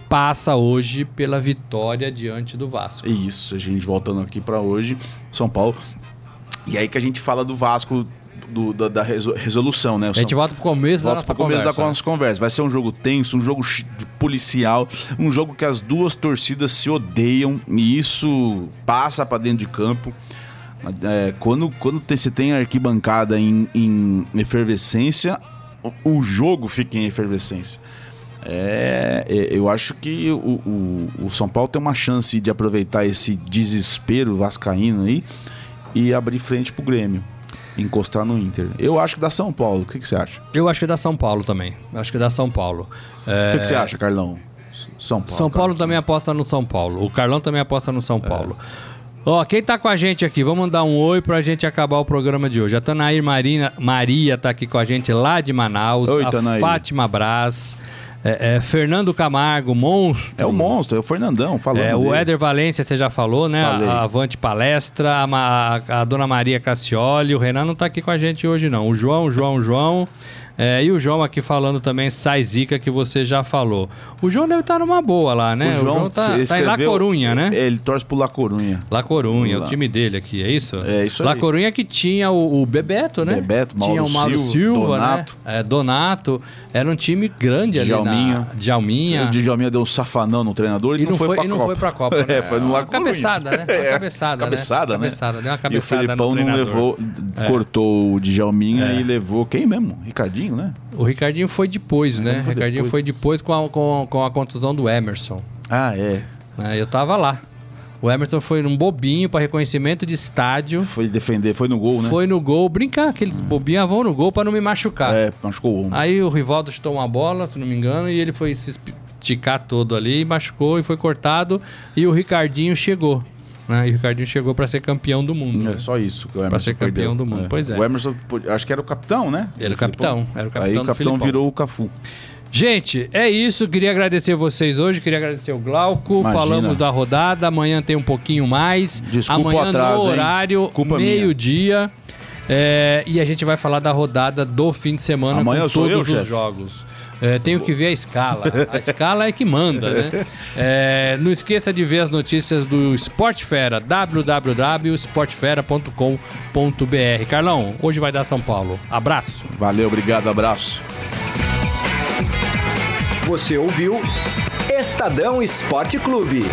S1: passa hoje pela vitória diante do Vasco.
S2: É isso, a gente voltando aqui pra hoje, São Paulo. E aí que a gente fala do Vasco, do- da, da reso- resolução, né? O
S1: A gente
S2: São-
S1: volta pro começo da
S2: Volta
S1: nossa
S2: pro começo
S1: conversa. né?
S2: da nossa conversa. Vai ser um jogo tenso, um jogo chi- policial, um jogo que as duas torcidas se odeiam e isso passa pra dentro de campo. É, quando quando tem- você tem a arquibancada em, em efervescência, o, o jogo fica em efervescência. É, é, eu acho que o, o- o São Paulo tem uma chance de aproveitar esse desespero vascaíno aí e abrir frente pro Grêmio. Encostar no Inter. Eu acho que dá São Paulo. O que que você acha?
S1: Eu acho que dá São Paulo também. Eu acho que dá São Paulo.
S2: O que, que você acha, Carlão? S- São Paulo.
S1: É.
S2: É.
S1: São Paulo
S2: cara.
S1: também aposta no São Paulo. O Carlão também aposta no São Paulo. Ó, quem tá com a gente aqui? Vamos mandar um oi pra gente acabar o programa de hoje. A Tanair Marina, Maria tá aqui com a gente lá de Manaus.
S2: Oi,
S1: a
S2: Tanair.
S1: Fátima Braz. é, é, Fernando Camargo, monstro.
S2: É o monstro, é o Fernandão falando.
S1: É, o
S2: dele.
S1: Éder Valência, você já falou, né?
S2: Falei.
S1: A Avante Palestra, a, Ma- a Dona Maria Cassioli, o Renan não tá aqui com a gente hoje, não. O João, o João, o João. É, e o João aqui falando também, sai zica que você já falou. O João deve estar numa boa lá, né? O João, tá,
S2: se
S1: tá em La
S2: escreveu-
S1: Corunha, né?
S2: É, ele torce pro La Corunha.
S1: La Corunha,
S2: Lá.
S1: o time dele aqui, é isso?
S2: É, isso
S1: La
S2: aí.
S1: Corunha que tinha o, o Bebeto, né?
S2: Bebeto, Mauro
S1: tinha o Mauro
S2: Silva,
S1: Silva,
S2: Donato.
S1: né? É, Donato. Era um time grande ali
S2: Djalminha.
S1: na... Djalminha.
S2: O Djalminha deu um safanão no treinador e,
S1: E não, foi,
S2: pra
S1: e não
S2: Copa.
S1: foi pra Copa.
S2: É,
S1: né?
S2: foi no
S1: Uma
S2: La Corunha.
S1: Cabeçada, né? Uma
S2: É,
S1: cabeçada, né?
S2: cabeçada, né?
S1: Cabeçada, deu uma
S2: E o
S1: cabeçada
S2: Felipão
S1: no
S2: não
S1: treinador. É.
S2: levou, cortou o Djalminha e levou quem mesmo? Ricardinho, né?
S1: O Ricardinho foi depois, né? O
S2: É, foi
S1: Ricardinho
S2: depois.
S1: foi depois com a, com, com a contusão do Emerson.
S2: Ah, é.
S1: né? Eu tava lá. O Emerson foi num bobinho pra reconhecimento de estádio.
S2: Foi defender, foi no gol, né?
S1: Foi no gol brincar, aquele bobinho, ah, vão no gol pra não me machucar.
S2: É, machucou o ombro.
S1: Aí o Rivaldo chutou uma bola, se não me engano, e ele foi se esticar todo ali, machucou e foi cortado. E o Ricardinho chegou. Né? E o Ricardinho chegou pra ser campeão do mundo. né?
S2: É só isso que o Emerson
S1: ser campeão
S2: perdeu.
S1: do mundo, pois é.
S2: O Emerson, pô, acho que era o capitão, né?
S1: Era o capitão, era o capitão
S2: Aí
S1: do
S2: o capitão
S1: Filipão.
S2: virou o Cafu.
S1: Gente, é isso. Queria agradecer vocês hoje. Queria agradecer o Glauco.
S2: Imagina.
S1: Falamos da rodada. Amanhã tem um pouquinho mais.
S2: Desculpa o
S1: Amanhã no
S2: atraso, hein?
S1: horário,
S2: Culpa minha.
S1: meio-dia. É, e a gente vai falar da rodada do fim de semana
S2: Amanhã
S1: com
S2: sou
S1: todos
S2: eu,
S1: os
S2: chefe?
S1: jogos. É, tenho que ver a escala. A escala é que manda, né? É, não esqueça de ver as notícias do Esporte Fera, www.esportefera.com.br. Carlão, hoje vai dar São Paulo. Abraço.
S2: Valeu, obrigado, abraço.
S4: Você ouviu Estadão Esporte Clube.